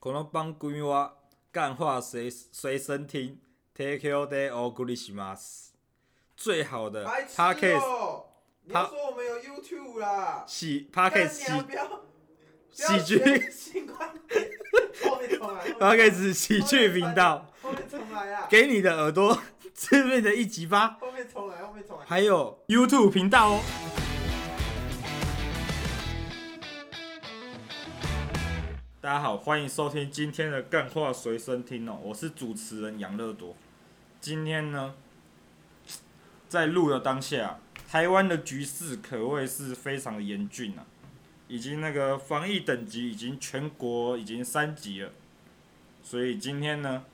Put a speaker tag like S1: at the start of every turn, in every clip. S1: この番組は干话随随身听，Take your day or good i s h m a s 最好的
S2: 白痴
S1: Podcast
S2: 哦！你
S1: 他
S2: 要说我们有 YouTube 啦？
S1: 喜 Podcast 喜
S2: 干你啊不要
S1: 喜剧
S2: 不要学新观点，后面重来。后面
S1: Podcast 喜剧频道，，
S2: 后面重来啊！
S1: 给你的耳朵 致命的一击吧。
S2: 后面重来，后面重来。
S1: 还有 YouTube 频道哦。大家好，欢迎收听今天的《干话随身听》哦，我是主持人杨乐多。今天呢，在录的当下，台湾的局势可谓是非常的严峻啊，已经那个防疫等级已经全国已经三级了，所以今天呢，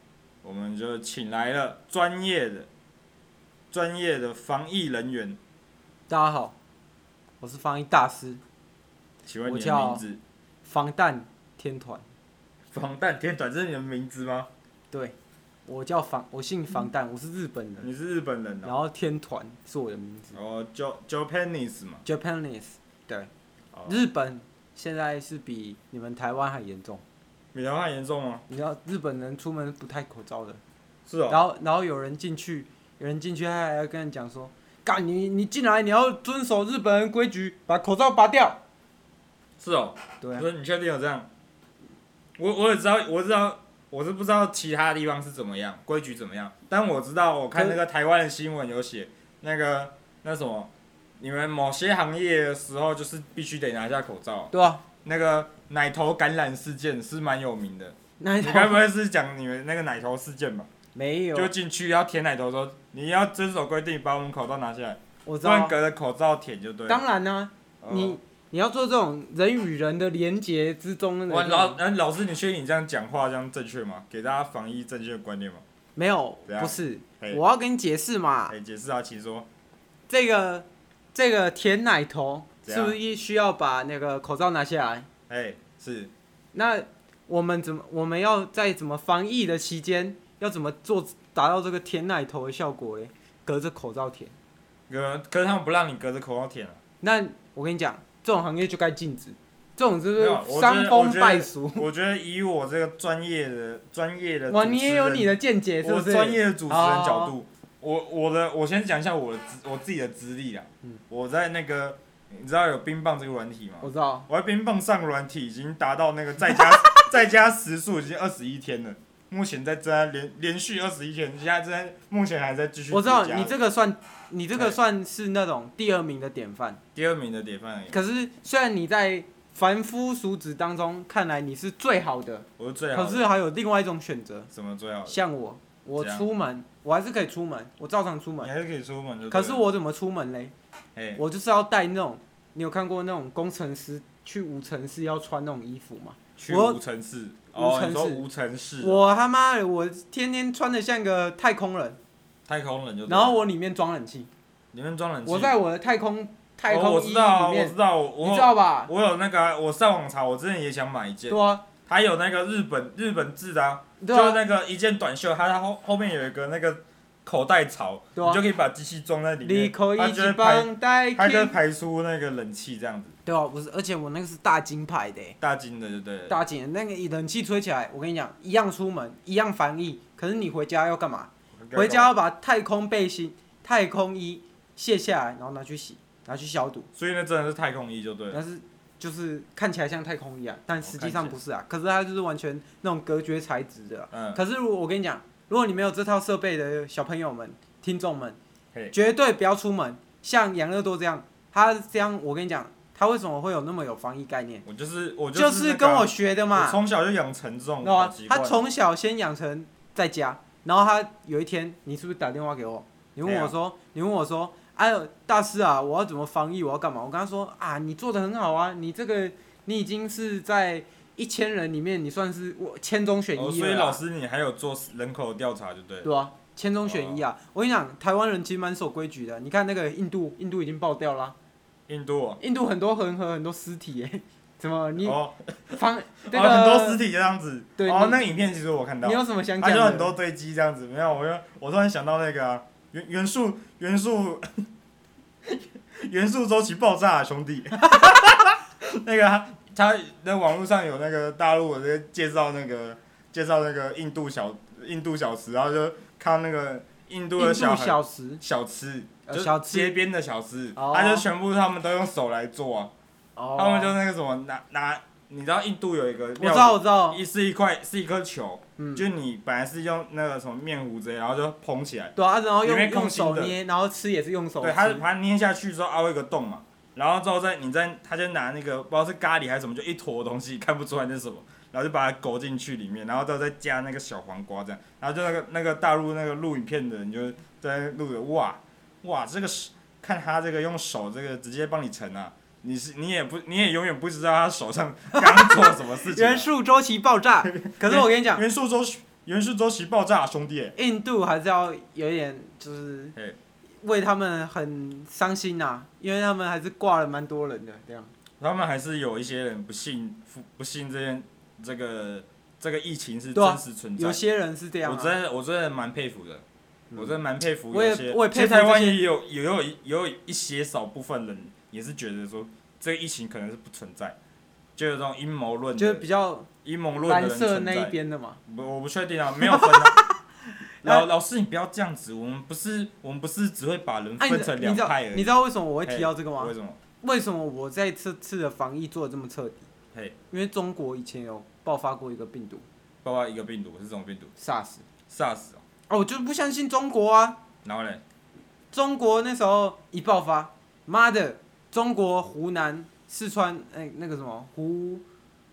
S1: 我们就请来了专业的专业的防疫人员，
S3: 大家好，我是防疫大师
S1: 请问
S3: 我
S1: 你的
S3: 叫
S1: 名字？
S3: 防弹天团。
S1: 防弹天团，这是你的名字吗？
S3: 对，我叫防，我姓防弹，我是日本人，
S1: 你是日本人
S3: 然
S1: 哦。
S3: 后天团是我的名字
S1: 然后 Jo Japanese 嘛，
S3: ，Japanese。对，
S1: 哦
S3: 日本现在是比你们台湾还严重。
S1: 比台湾还严重吗？
S3: 你知道日本人出门不戴口罩的，
S1: 是哦，
S3: 然后然后有人进去，有人进去他还要跟人讲说，干你你进来你要遵守日本人规矩，把口罩拔掉。
S1: 是哦。
S3: 对啊
S1: 所以你确定有这样？我我也知道，我知道，我是不知道其他地方是怎么样，规矩怎么样。但我知道，我看
S3: 可
S1: 那个台湾的新闻有写，那个那什么，你们某些行业的时候就是必须得拿下口罩。
S3: 对啊，
S1: 那个奶头感染事件是蛮有名的，
S3: 那
S1: 你该不会是讲你们那个奶头事件吧？
S3: 没有啊
S1: 就，进去要舔奶头的时候，你要遵守规定，把我们口罩拿下来，
S3: 我知
S1: 不
S3: 道
S1: 然
S3: 啊，
S1: 隔着口罩舔就对了。
S3: 当然啊呢、
S1: 哦
S3: 你你要做这种人与人的连结之中
S1: 我
S3: 的啊
S1: 老
S3: 那种，
S1: 那老师，你确定你这样讲话这样正确吗？给大家防疫正确的观念吗？
S3: 没有
S1: 怎样
S3: 不是，
S1: 啊嘿
S3: 我要跟你解释嘛
S1: 哎、，解释啊，请说。
S3: 这个这个舔奶头
S1: 怎
S3: 是
S1: 样
S3: 不是需要把那个口罩拿下来？
S1: 哎、是
S3: 那我们怎么我们要在怎么防疫的期间要怎么做达到这个舔奶头的效果嘞？隔着口罩舔。
S1: 可可是他们不让你隔着口罩舔啊。
S3: 那我跟你讲，这种行业就该禁止，这种就
S1: 没有我觉得
S3: 是伤风败俗。
S1: 我觉得以我这个专业的专业的主持人，
S3: 哇，你也有你的见解是
S1: 我
S3: 不是？
S1: 专业的主持人角
S3: 哦
S1: 度，我我的我先讲一下我的资我自己的资历啊。
S3: 嗯
S1: 我在那个你知道有冰棒这个软体吗？
S3: 我知道，
S1: 我在冰棒上软体已经达到那个在家 在家时速已经二十一天了，目前在正在连连续二十一天，现在正在目前还在继续
S3: 我知道
S1: 居家
S3: 你这个算，你这
S1: 对
S3: 个算是那种第二名的典范。
S1: 第二名的典范而已，
S3: 可是虽然你在凡夫俗子当中，看来你是最好的，
S1: 我是最好
S3: 可
S1: 的。
S3: 是还有另外一种选择，
S1: 什么最好的？
S3: 像我，我
S1: 怎样
S3: 出门，我还是可以出门，我照常出
S1: 你
S3: 门。
S1: 还是可以出门就对了。
S3: 可是我怎么出门嘞？
S1: 哎，
S3: 我就是要带那种，你有看过那种工程师去无尘室要穿那种衣服吗？
S1: 去
S3: 我
S1: 无尘室
S3: 无
S1: 哦，
S3: 尘
S1: 你说
S3: 室
S1: 无尘室，
S3: 我他妈的，我天天穿的像个太空人，
S1: 太空人就对了
S3: 然后我里面装冷气，
S1: 里面装冷气，
S3: 我在我的太空太
S1: 哦我
S3: 空衣
S1: 知道啊，
S3: 里
S1: 我
S3: 面
S1: 知，道，我
S3: 你知道吧？
S1: 我有那个啊，我上网查，我之前也想买一件，
S3: 对啊，
S1: 还有那个日本日本制的啊，
S3: 对
S1: 就
S3: 啊，
S1: 那个一件短袖，它它后后面有一个那个口袋槽，
S3: 对啊
S1: 你就可以把机器装在里
S3: 你
S1: 面，
S3: 可
S1: 它
S3: 以
S1: 就会
S3: 一
S1: 排，
S3: 帮代
S1: 它就会
S3: 替。
S1: 排出那个冷气这样子，
S3: 对啊，不是，而且我那个是大金牌的欸，
S1: 大金的就对了。
S3: 大金的那个冷气吹起来，我跟你讲，一样出门，一样防疫，可是你回家要干嘛？回家，要把太空背心、太空衣卸下来，然后拿去洗，拿去消毒。
S1: 所以那真的是太空衣就对了。
S3: 但是就是看起来像太空衣啊，但实际
S1: 哦
S3: 上
S1: 看起
S3: 不是啊。可是它就是完全那种隔绝材质的啊、
S1: 嗯，
S3: 可是如果我跟你讲，如果你没有这套设备的小朋友们、听众们
S1: 嘿，
S3: 绝对不要出门。像养乐多这样，他这样，我跟你讲，他为什么会有那么有防疫概念？
S1: 我就是我
S3: 就是
S1: 那个啊
S3: 跟我学的
S1: 我
S3: 嘛，
S1: 从小就养成这种
S3: 知道
S1: 好
S3: 吗
S1: 习？惯。
S3: 他从小先养成在家，然后他有一天，你是不是打电话给我？你问
S1: 对啊
S3: 我说，你问我说，哎呦，大师啊，我要怎么防疫？我要干嘛？我跟他说啊，你做的很好啊，你这个你已经是在一千人里面，你算是我千中选一了
S1: 哦
S3: 啊、
S1: 所以老师你还有做人口调查就对了。
S3: 对啊，千中选一啊！
S1: 哦
S3: 我跟你讲，台湾人其实蛮守规矩的。你看那个印度，印度已经爆掉啦、
S1: 印度哦
S3: 印度很多恒河，很多尸体耶、 怎么你
S1: 哦，
S3: 防这个、
S1: 哦很多尸体这样子。
S3: 对
S1: 哦，
S3: 你
S1: 那个影片其实我看到
S3: 你。有什么想
S1: 它
S3: 讲
S1: 就
S3: 的？
S1: 很多堆积这样子，没有，我又我突然想到那个、啊、元元素元素 元素周期爆炸、啊、兄弟，那个啊、他那网络上有那个大陆的介绍那个介绍那个印度小印度小吃，然后就看那个印
S3: 印
S1: 度
S3: 度
S1: 的小孩
S3: 小吃，
S1: 小吃，
S3: 呃
S1: 就是
S3: 小吃
S1: 街边的小吃，
S3: 哦
S1: 他就全部他们都用手来做啊，
S3: 哦
S1: 他们就那个什么拿拿，你知道印度有一个
S3: 我
S1: 料
S3: 知
S1: 理
S3: 道我知道，
S1: 一是一块是一颗球，
S3: 嗯，
S1: 就你本来是用那个什么面糊之类，然后就蓬起来，
S3: 对啊，然后
S1: 里
S3: 用
S1: 面空
S3: 用
S1: 心
S3: 手
S1: 的
S3: 捏，然后吃也是用手
S1: 对，
S3: 吃，
S1: 它把它捏下去之后凹一个洞嘛，然后之后再你再他就拿那个不知道是咖喱还是什么，就一坨东西看不出来那是什么，然后就把它勾进去里面，然后之后再加那个小黄瓜这样，然后就那个那个大陆那个录影片的人就在录的哇哇这个是看他这个用手这个直接帮你盛啊。你是你也不你也永远不知道他手上刚做什么 事情啊、
S3: 元素周期 爆炸。可是我跟你讲，
S1: 元素周元素周期爆炸，兄弟！
S3: 印度还是要有一点就是
S1: 嘿
S3: 为他们很伤心呐、因为他们还是挂了蛮多人的这样。
S1: 他们还是有一些人不信不不信这件这个这个疫情是
S3: 对啊
S1: 真实存在。
S3: 有些人是这样、
S1: 我
S3: 啊，
S1: 真的我真的蛮佩服的，
S3: 嗯
S1: 我真的蛮佩服
S3: 我也
S1: 有些。
S3: 我也
S1: 其
S3: 佩服
S1: 实台湾
S3: 这些
S1: 也有也有也有一些少部分人也是觉得说这个疫情可能是不存在，就有这种阴谋论
S3: 就是
S1: 的
S3: 比较
S1: 阴谋论的
S3: 蓝
S1: 人
S3: 色
S1: 存
S3: 那一
S1: 在。
S3: 边的嘛。
S1: 我我不确定啊，没有 分、啊。老老师，你不要这样子，我们不是我们不是只会把人
S3: 哎、你
S1: 分
S3: 知道
S1: 成
S3: 你
S1: 两
S3: 知道
S1: 派而
S3: 你
S1: 已。
S3: 知道为什么我会提到这个吗？
S1: 为什么？
S3: 为什么我在这次的防疫做的这么彻底？
S1: 嘿，
S3: 因为中国以前有爆发过一个病毒
S1: 包括一个病毒是什么病毒
S3: SARS，
S1: ？SARS 哦，
S3: 哦，我就不相信中国啊！
S1: 然后嘞？
S3: 中国那时候一爆发，妈的，中国湖南、四川，哎、那个什么湖，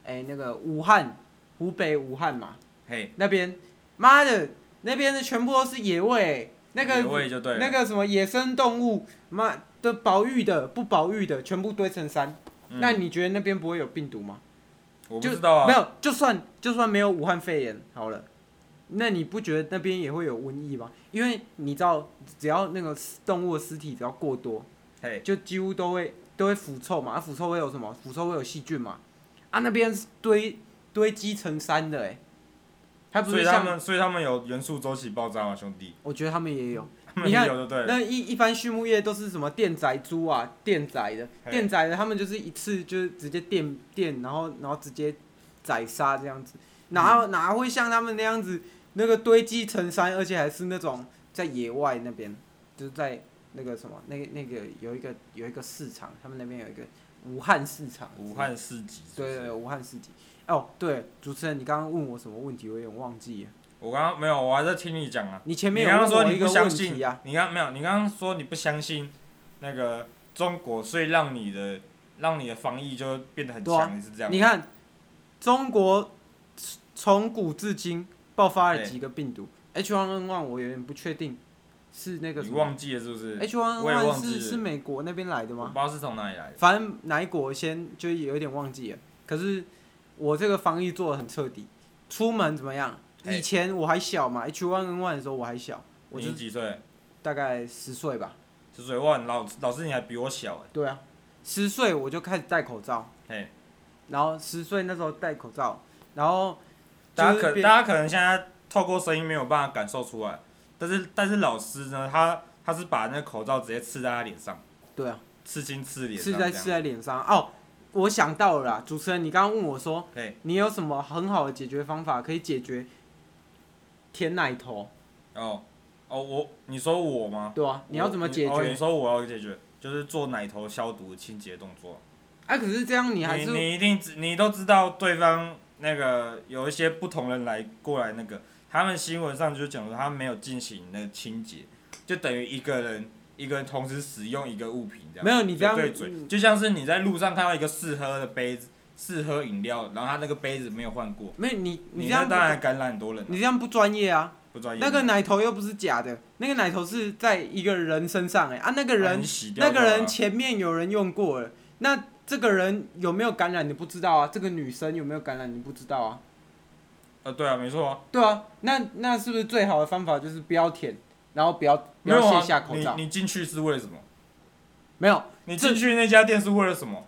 S3: 哎、那个武汉，湖北武汉嘛，
S1: 嘿，
S3: 那边，妈的，那边的全部都是野味、那
S1: 野
S3: 个
S1: 味就对了，
S3: 那个什么野生动物，妈的保育的、不保育的，全部堆成山。
S1: 嗯
S3: 那你觉得那边不会有病毒吗？
S1: 我不
S3: 就
S1: 知道
S3: 没
S1: 啊，
S3: 有，就算就算没有武汉肺炎好了，那你不觉得那边也会有瘟疫吗？因为你知道，只要那个尸动物的尸体只要过多，
S1: 嘿，
S3: 就几乎都会都会腐臭嘛，啊、腐臭会有什么？腐臭会有细菌嘛？啊，那边是堆堆积成山的哎、欸，它不
S1: 所
S3: 是
S1: 以他
S3: 像，
S1: 们所以他们有元素周期爆炸嘛，兄弟，
S3: 我觉得他们也有。
S1: 他们
S3: 你看
S1: 有就对了，
S3: 那一一般畜牧业都是什么电宰猪啊、电宰的、
S1: 嘿
S3: 电宰的，他们就是一次就是直接电电，然后然后直接宰杀这样子，哪、
S1: 嗯
S3: 哪会像他们那样子那个堆积成山，而且还是那种在野外那边，就是在那个什么那个那个有一个有一个市场，他们那边有一个武汉市场，
S1: 武汉市集是不
S3: 对对
S1: 是，
S3: 对武汉市集。哦，对，主持人，你刚刚问我什么问题，我有点忘记了。
S1: 我刚刚没有，我还在听你讲啊，
S3: 你前
S1: 你
S3: 面有
S1: 刚刚
S3: 问
S1: 说
S3: 我
S1: 你
S3: 一
S1: 不
S3: 个
S1: 相
S3: 问
S1: 信
S3: 题啊，，
S1: 你刚没有，你刚刚说你不相信那个中国，所以让你的让你的防疫就变得很
S3: 对啊
S1: 强，你是这样吗，
S3: 你看，中国从古至今爆发了几个病毒？H1N1 我有点不确定，是那个
S1: 你
S3: 什么哎
S1: 忘记了是不是？我也
S3: ？H1N1
S1: 忘记
S3: 是
S1: 了
S3: 是美国那边来的
S1: 我不
S3: 吗
S1: 知？道是从哪里来的，
S3: 反正哪一国先就有点忘记了。可是我这个防疫做的很彻底，出门怎么样？
S1: 哎
S3: 以前我还小嘛，H1N1 的时候我还小，我就
S1: 你几岁？
S3: 大概十岁吧。
S1: 十岁，哇，老老师你还比我小欸
S3: 对啊，十岁我就开始戴口罩，
S1: 哎，嘿，
S3: 然后十岁那时候戴口罩，然后
S1: 大
S3: 就
S1: 家
S3: 是
S1: 可
S3: 变
S1: 大家可能现在透过声音没有办法感受出来，但是但是老师呢，他他是把那个口罩直接刺在他脸上，
S3: 对啊。
S1: 刺青刺脸
S3: 是
S1: 上
S3: 在
S1: 这
S3: 是
S1: 样。
S3: 在脸上哦。我想到了啦，主持人，你刚刚问我说
S1: 对，
S3: 你有什么很好的解决方法可以解决舔奶头，
S1: 哦哦，我你说我吗？
S3: 对啊，你要怎么解
S1: 我你哦、你
S3: 决？
S1: 说我要解决，就是做奶头消毒清洁动作。
S3: 啊，可是这样你还
S1: 你
S3: 是
S1: 你一定知你都知道对方那个有一些不同人来过来那个，他们新闻上就讲说他没有进行那个清洁，就等于一个人一个人同时使用一个物品这样。
S3: 没有你这样
S1: 对嘴，
S3: 嗯
S1: 就像是你在路上看到一个试喝的杯子，试喝饮料，然后他那个杯子没有换过，
S3: 没有你你
S1: 你
S3: 这
S1: 那
S3: 样
S1: 当然哎
S3: 不
S1: 感染很多人啊、
S3: 你这样不专业啊！
S1: 不专业。
S3: 那个奶头又不是假的，那个奶头是在一个人身上哎、啊，那个
S1: 啊
S3: 人
S1: 你洗掉
S3: 那
S1: 就
S3: 个
S1: 好
S3: 人
S1: 了
S3: 前面有人用过了，那这个人有没有感染你不知道啊？这个女生有没有感染你不知道啊？
S1: 呃，对啊，没错啊，
S3: 对啊，那那是不是最好的方法就是不要舔，然后不要不
S1: 没有
S3: 要
S1: 啊
S3: 卸下口罩？
S1: 你你进去是为了什么？
S3: 没有，
S1: 你
S3: 这
S1: 进去那家店是为了什么？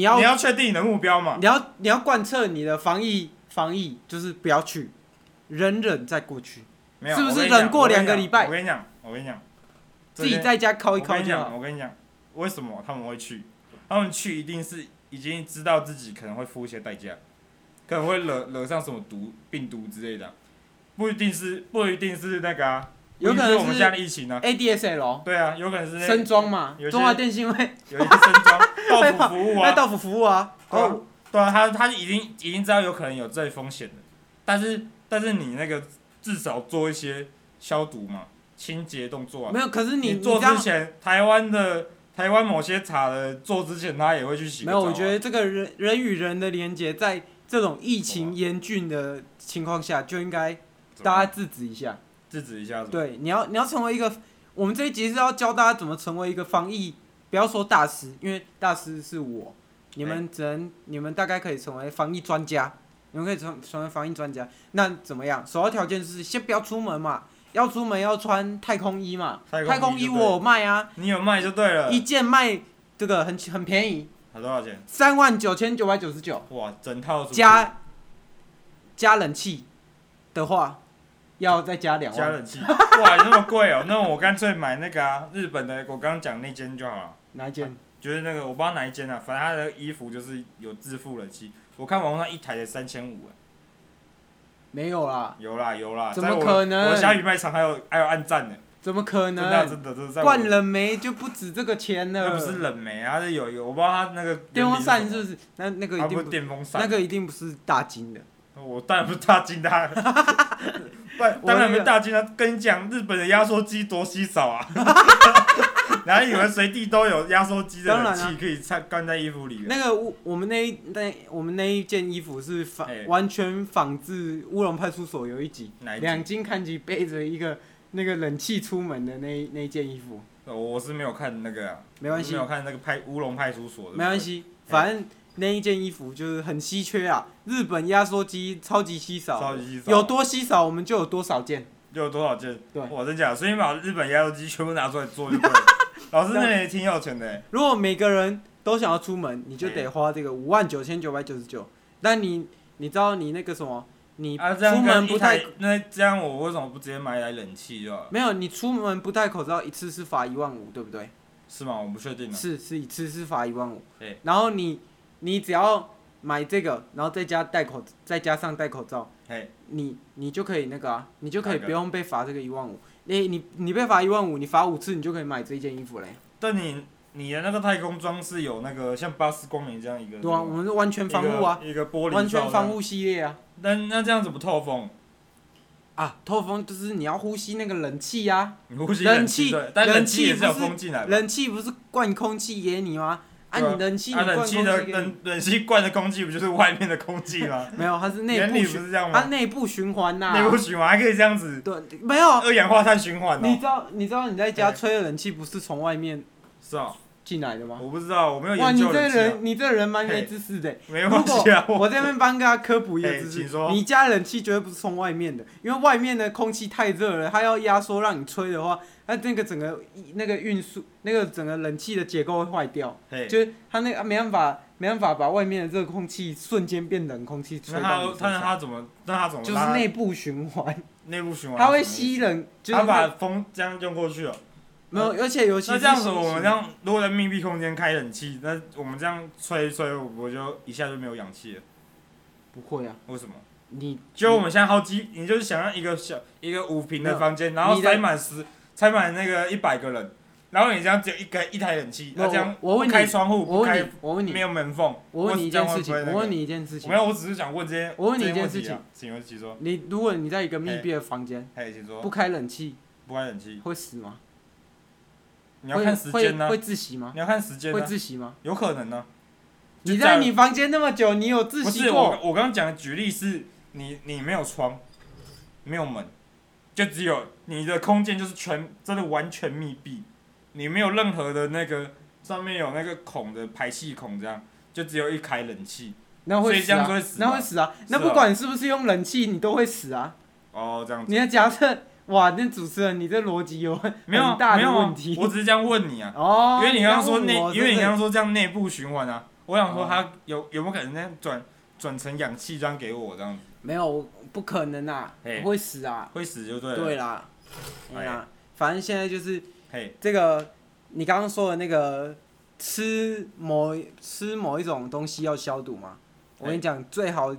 S1: 你
S3: 要
S1: 要确定你的目标嘛。
S3: 你要你要贯彻你的防疫防疫，就是不要去，忍忍再过去，
S1: 没有，
S3: 是不是
S1: 我跟你讲
S3: 忍过两个礼拜
S1: 我跟你讲，我跟你讲，
S3: 自己
S1: 这边
S3: 在家敲一
S1: 我
S3: 敲
S1: 跟你
S3: 就好。
S1: 讲，我跟你讲，为什么他们会去？他们去一定是已经知道自己可能会付一些代价，可能会惹惹上什么毒病毒之类的啊，不一定是不一定是那个啊，
S3: 有可
S1: 不一定
S3: 能
S1: 是我们
S3: 是
S1: 现在的疫情啊，
S3: ADSL
S1: 对啊，有可能是那
S3: 升哦装嘛
S1: 有，些
S3: 中华电信会
S1: 有一个升 装
S3: 害
S1: 到
S3: 怕
S1: 府服务
S3: 卖
S1: 啊，
S3: 到府服务啊。
S1: 对啊
S3: 哦，
S1: 对啊，他他已经已经知道有可能有这风险了，但是但是你那个至少做一些消毒嘛，清洁动作啊，
S3: 没有，可是你你
S1: 做
S3: 这
S1: 之
S3: 样
S1: 前，台湾的台湾某些茶的做之前，他也会去洗个
S3: 没
S1: 澡
S3: 有，
S1: 啊、
S3: 我觉得这个人人与人的连接，在这种疫情严峻的情况下，就应该
S1: 怎么
S3: 大家制止一下。
S1: 制止一下什么？
S3: 对，你要你要成为一个，我们这一集是要教大家怎么成为一个防疫，不要说大师，因为大师是我，你们只能、你们大概可以成为防疫专家，你们可以成成为防疫专家。那怎么样？首要条件是先不要出门嘛，要出门要穿太空衣嘛，
S1: 太
S3: 太
S1: 空衣
S3: 空
S1: 就对
S3: 我有卖啊，
S1: 你有卖就对了。
S3: 一件卖这个很很便宜，
S1: 好多少钱？
S3: 三万九千九百九十九。
S1: 哇，整套出去
S3: 加加冷气的话，要再加两
S1: 加
S3: 万。
S1: 冷气，哇，那么贵哦、 那我干脆买那个啊，日本的，我刚刚讲那间就好了。
S3: 哪一件？
S1: 就是那个我不知道哪一间啊，反正他的衣服就是有自付冷气。我看网上一台才三千五，
S3: 没有啦，
S1: 有啦有啦，
S3: 怎么
S1: 在我
S3: 可能
S1: 我虾鱼卖场还有还有暗赞呢，
S3: 怎么可
S1: 真的啊
S3: 能？
S1: 真的真的在我
S3: 灌冷媒就不止这个钱
S1: 那
S3: 了。
S1: 不是冷媒啊，它是有一个我不知道它那个
S3: 电风扇
S1: 原理
S3: 是
S1: 什
S3: 不是？那那个
S1: 么
S3: 一
S1: 啊
S3: 定
S1: 不
S3: 不
S1: 是电风扇，
S3: 那个一定不是大金的。
S1: 我当然不是大金他， 不然，当然不是大金他。跟你讲，日本的压缩机多稀少啊， 哪里以为随地都有压缩机的
S3: 当
S1: 冷
S3: 然啊
S1: 气可以插干在衣服里的？
S3: 那个我我们那一那我们那一件衣服是仿
S1: 哎
S3: 完全仿制乌龙派出所有一集，
S1: 哪一集
S3: 两金看吉背着一个那个冷气出门的那一那一件衣服，
S1: 我我是没有看那个、啊，
S3: 没关系
S1: 我是没有看那个派乌龙派出所的，
S3: 没关。系，反正那一件衣服就是很稀缺啊。日本压缩机超级稀少，
S1: 超级稀少
S3: 有多稀少我们就有多少件。
S1: 又有多少件？
S3: 对
S1: 哇，真假的？所以把日本压缩机全部拿出来做 就对了。老师那也挺有钱的、欸，
S3: 如果每个人都想要出门，你就得花这个五万九千九百九十九。但你你知道你那个什么，你
S1: 啊，这
S3: 出
S1: 样
S3: 门
S1: 跟
S3: 不
S1: 一
S3: 戴、
S1: 台那这样我为什么不直接买一台冷气就好了？
S3: 没有，你出门不戴口罩一次是罚一万五，对不对？
S1: 是吗？我不确定啊。
S3: 是是一次是罚一万五
S1: 对。
S3: 然后你你只要买这个，然后再加戴口再加上戴口罩。
S1: 嘿，
S3: 你你就可以那个啊，你就可以
S1: 哪个
S3: 不用被罚这个一万五。诶、你你被罚一万五，你罚五次，你就可以买这一件衣服嘞。
S1: 但你你的那个太空装是有那个像巴斯光年这样一个
S3: 对啊，
S1: 那
S3: 我
S1: 个
S3: 们是完全防护啊，
S1: 一个，一个玻璃罩
S3: 完全防
S1: 这样。
S3: 护系列啊。
S1: 那那这样子不透风，
S3: 啊，透风就是你要呼吸那个冷气啊，
S1: 你呼吸
S3: 冷
S1: 气
S3: 气
S1: 对，但冷气也是有
S3: 冷气不是
S1: 风进来吧。
S3: 冷气不是灌空气给你吗？啊，
S1: 对啊
S3: 你冷气你
S1: 啊，
S3: 灌
S1: 冷
S3: 空气
S1: 气的
S3: 给你，
S1: 冷冷气灌的空气不就是外面的空气吗？
S3: 没有，它是内
S1: 原
S3: 部
S1: 理不
S3: 循，
S1: 是这样
S3: 它
S1: 吗？
S3: 内部循环呐、
S1: 内部循环还可以这样子，
S3: 对，没有，
S1: 二氧化碳循环
S3: 你
S1: 哦。
S3: 知道你知道你在家
S1: 对
S3: 吹的冷气不是从外面
S1: 是啊，
S3: 进来的吗？
S1: 我不知道，我没有
S3: 哇，
S1: 研
S3: 你
S1: 究
S3: 这
S1: 冷气啊，
S3: 人你这人蛮
S1: 嘿
S3: 没知识的欸、
S1: 没
S3: 如
S1: 关
S3: 果
S1: 系啊，我
S3: 我在那边帮大家科普一个知
S1: 嘿请
S3: 识
S1: 说，
S3: 你家冷气绝对不是从外面的，因为外面的空气太热了，它要压缩让你吹的话，它那个整个那个运输那个整个冷气的结构会坏掉，
S1: 嘿，
S3: 就是它那个没办法没办法把外面的热空气瞬间变冷空气吹
S1: 那
S3: 到
S1: 他
S3: 你身
S1: 他
S3: 上，
S1: 他怎么那他怎么
S3: 就是
S1: 拉
S3: 内部循环，
S1: 内部循环？啊
S3: 它会，吸冷，就是
S1: 他把
S3: 它
S1: 风这样用过去哦。
S3: 没有，而且尤其
S1: 那
S3: 是
S1: 这样子，我
S3: 吸
S1: 们
S3: 气
S1: 这样如果在密闭空间开冷气，那我们这样吹一吹，我就一下就没有氧气了。
S3: 不会啊，
S1: 为什么？
S3: 你
S1: 就我们现在好几，你就是想让一个小一个五平
S3: 嗯没
S1: 的
S3: 有
S1: 房间，然后
S3: 你的
S1: 塞满十，塞满那个一百个人，然后你这样只有一个一台冷气，
S3: 没
S1: 那
S3: 有
S1: 这样
S3: 我我问
S1: 不开
S3: 你，
S1: 窗户，
S3: 我
S1: 不
S3: 问
S1: 开
S3: 你，我问
S1: 没
S3: 你，
S1: 有门缝，
S3: 我问你一件事情
S1: 这样会不会，那
S3: 我
S1: 个
S3: 问你一件事情
S1: 没。有，我只是想问这些，
S3: 我问你
S1: 这些
S3: 一件
S1: 问题
S3: 事
S1: 啊，请问请说，
S3: 你如果你在一个密闭的房间，
S1: 还有请说，
S3: 不开冷气
S1: 不关冷气，
S3: 会死吗？
S1: 你
S3: 你
S1: 要看时间呢
S3: 会，会窒息吗？
S1: 你要看时间
S3: 会
S1: 呢，
S3: 窒息吗？
S1: 有可能呢。就
S3: 你
S1: 这
S3: 在
S1: 样
S3: 你房间那么久，你有窒
S1: 不
S3: 息
S1: 是
S3: 过？
S1: 我，我刚刚讲的举例是你你没有窗，没有门，就只有你的空间就是全真的完全密闭，你没有任何的那个上面有那个孔的排气孔，这样就只有一开冷气。
S3: 那
S1: 所
S3: 会
S1: 以
S3: 死
S1: 这样就
S3: 啊
S1: 会！死
S3: 那
S1: 嘛
S3: 会死啊！
S1: 是
S3: 那不
S1: 啊
S3: 管是不是用冷气，你都会死啊！
S1: 哦，这样子
S3: 你要假设，哇，那主持人你这逻辑有很
S1: 没有啊
S3: 很大
S1: 没
S3: 的
S1: 有啊
S3: 问题
S1: 我只是这样问你啊，
S3: 哦
S1: 因。为你刚刚说内
S3: 这样问我，
S1: 因为你
S3: 真的
S1: 刚刚说这样内部循环啊，我想说
S3: 哦
S1: 它有有没有可能这样转转成氧气这样给我这样子，
S3: 没有，我不可能啊，
S1: 嘿
S3: 我会死啊！
S1: 会死就对了。
S3: 对啦，
S1: 哎
S3: 哎呀，反正现在就是
S1: 嘿，
S3: 这个你刚刚说的那个吃某吃某一种东西要消毒吗？我跟你讲，最好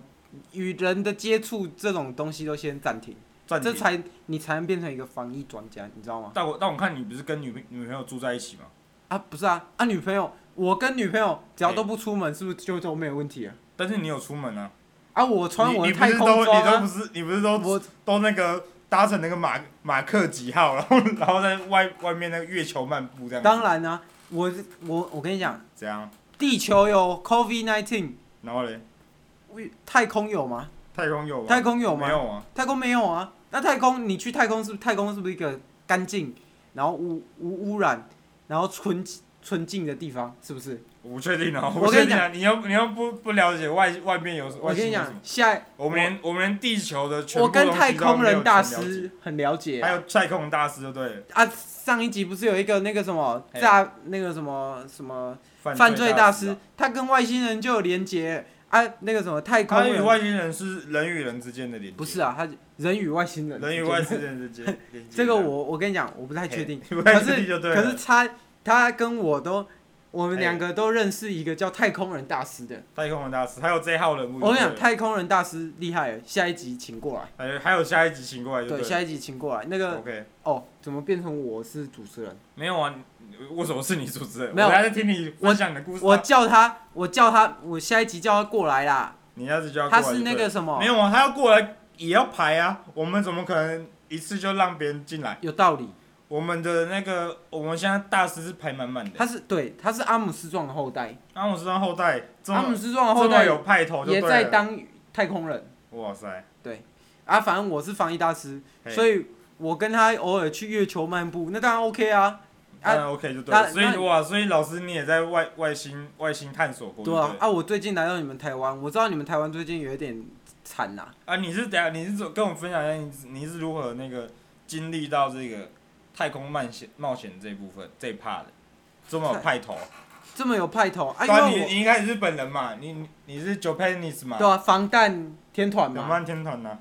S3: 与人的接触这种东西都先暂停，
S1: 暂
S3: 这
S1: 停。
S3: 才你才能变成一个防疫专家，你知道吗？
S1: 但我但我看你不是跟女朋女朋友住在一起吗？
S3: 啊，不是啊，啊，女朋友，我跟女朋友只要
S1: 哎
S3: 都不出门，是不是就都没有问题啊？
S1: 但是你有出门啊？
S3: 啊，我穿我
S1: 你你
S3: 的
S1: 不
S3: 太
S1: 是
S3: 空
S1: 都
S3: 装
S1: 你都
S3: 啊
S1: 不，是你不是都
S3: 我
S1: 都那个搭乘那个马马克几号，然后 然后在外外面那个月球漫步这样子？
S3: 当然啊，我我我跟你讲，
S1: 怎样？
S3: 地球有 COVID nineteen，
S1: 然后嘞，
S3: 太空有吗？
S1: 太空有吗？
S3: 太空有吗
S1: 没有啊？
S3: 太空没有啊。那太空你去太空是太空是不是一个干净，然后无无污染，然后纯纯净的地方，是不是？
S1: 我不确定哦，
S3: 我
S1: 不
S3: 跟
S1: 确
S3: 你
S1: 定啊！你又你又不不了解外外面有
S3: 我
S1: 外
S3: 跟
S1: 星
S3: 你
S1: 有什
S3: 讲
S1: 么，？
S3: 下
S1: 我们连我们连地球的全部
S3: 我跟
S1: 东西
S3: 太
S1: 都
S3: 空
S1: 没有
S3: 人大
S1: 全了解
S3: 师很了解
S1: 还
S3: 啊、
S1: 有太空大师就对了，
S3: 啊。上一集不是有一个那个什么
S1: 嘿
S3: 炸那个什么什么犯
S1: 犯
S3: 罪
S1: 罪
S3: 大
S1: 师
S3: 师
S1: 啊，，
S3: 他跟外星人就有连结啊。那个什么太空
S1: 他与
S3: 人
S1: 外星人是人与人之间的连接，
S3: 不是啊，他人与外星人
S1: 人与外星人之间连接。
S3: 这个我我跟你讲，我不太确定。
S1: 嘿，不
S3: 可
S1: 太
S3: 是
S1: 确定就对了。
S3: 可是他他跟我都，我们
S1: 哎
S3: 两个都认识一个叫太空人大师的。
S1: 太空人大师还有这一号人物就对了，
S3: 我跟你讲，太空人大师厉害了，下一集请过来。
S1: 还有还有下一集请过来就
S3: 对，
S1: 了。
S3: 下一集请过来。那个
S1: OK，
S3: 哦，怎么变成我是主持人？
S1: 没有啊，你为什么是你主持人？
S3: 没有
S1: 我还在听你分享你的故事啊。
S3: 我叫他，我叫他，我下一集叫他过来啦。
S1: 你下次就要过
S3: 他
S1: 来就对
S3: 是
S1: 了
S3: 那个什么
S1: 没，有啊，他要过来也要排啊，我们怎么可能一次就让别人进来？
S3: 有道理。
S1: 我们的那个我们现在大师是排满满的，
S3: 他是对，他是阿姆斯壮的后代，
S1: 阿姆斯壮后代这
S3: 阿姆
S1: 么
S3: 斯壮的
S1: 这
S3: 后
S1: 么
S3: 代
S1: 有派头就
S3: 也
S1: 对
S3: 在
S1: 了。
S3: 当太空人
S1: 哇塞，
S3: 啊。反正我是防疫大师，
S1: 嘿
S3: 所以我跟他偶尔去月球漫步，那当然 OK 啊。
S1: 当然 OK 就对
S3: 那
S1: 了。所
S3: 那
S1: 以哇，所以老师你也在外外星外星探索过，
S3: 对
S1: 不
S3: 啊，啊，我最近来到你们台湾，我知道你们台湾最近有一点惨呐、
S1: 啊，你是等下你是怎跟我分享一下你是你是如何那个经历到这个太空冒险冒险这部分这一 part 的，这么有派头。
S3: 这么有派头啊，
S1: 对啊，
S3: 因
S1: 你
S3: 为
S1: 你一开始是本人嘛，你你你是 Japanese 嘛
S3: 我，对啊，防弹天团
S1: 两
S3: 嘛，
S1: 万天团啊呐。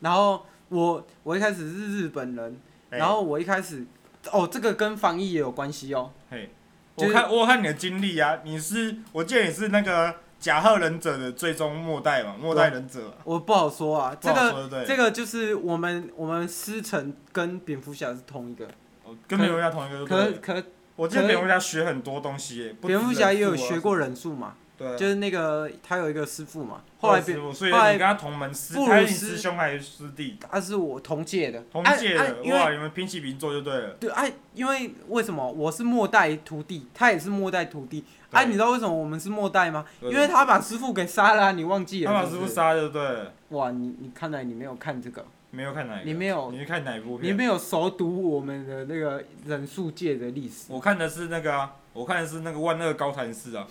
S3: 然后我我一开始是日本人，
S1: 嘿
S3: 然后我一开始哦，这个跟防疫也有关系哦，
S1: 嘿，
S3: 就
S1: 我
S3: 是
S1: 看我有看你的经历啊，你是我记得你是那个甲贺忍者的最终末代嘛，末代忍者嘛，
S3: 我不好说啊，
S1: 不
S3: 这
S1: 好
S3: 个
S1: 说对不对？
S3: 这个就是我们我们狮城跟蝙蝠侠是同一个，
S1: 我跟蝙蝠侠同一个就对
S3: 哦可
S1: 了，
S3: 可
S1: 我记得
S3: 可
S1: 蝙蝠侠学很多东西耶，不止
S3: 蝙蝠侠也有
S1: 忍术啊
S3: 学，过忍术嘛，
S1: 对啊，哦
S3: 就是那个他有一个师傅嘛，后来蝙
S1: 我所以
S3: 后
S1: 你
S3: 来
S1: 跟他同门师，
S3: 布鲁
S1: 他是你
S3: 斯
S1: 师兄还是师弟？
S3: 他是我同届的，
S1: 同
S3: 啊
S1: 届
S3: 啊
S1: 的，
S3: 因为
S1: 哇，你们平起平坐就对了。
S3: 对，哎、因为为什么我是末代徒弟，他也是末代徒弟？
S1: 对
S3: 哎、你知道为什么我们是末代吗？
S1: 对
S3: 因为他把师傅给杀了啊、你忘记了
S1: 他把
S3: 是
S1: 师
S3: 不
S1: 傅
S3: 是
S1: 杀就对了，
S3: 哇，你你看来你没有看这个，
S1: 没有看哪一个，
S3: 你没有
S1: 你去看哪一部
S3: 你
S1: 片？
S3: 没有熟读我们的那个忍术界的历史。
S1: 我看的是那个啊，我看的是那个万恶高谭市啊，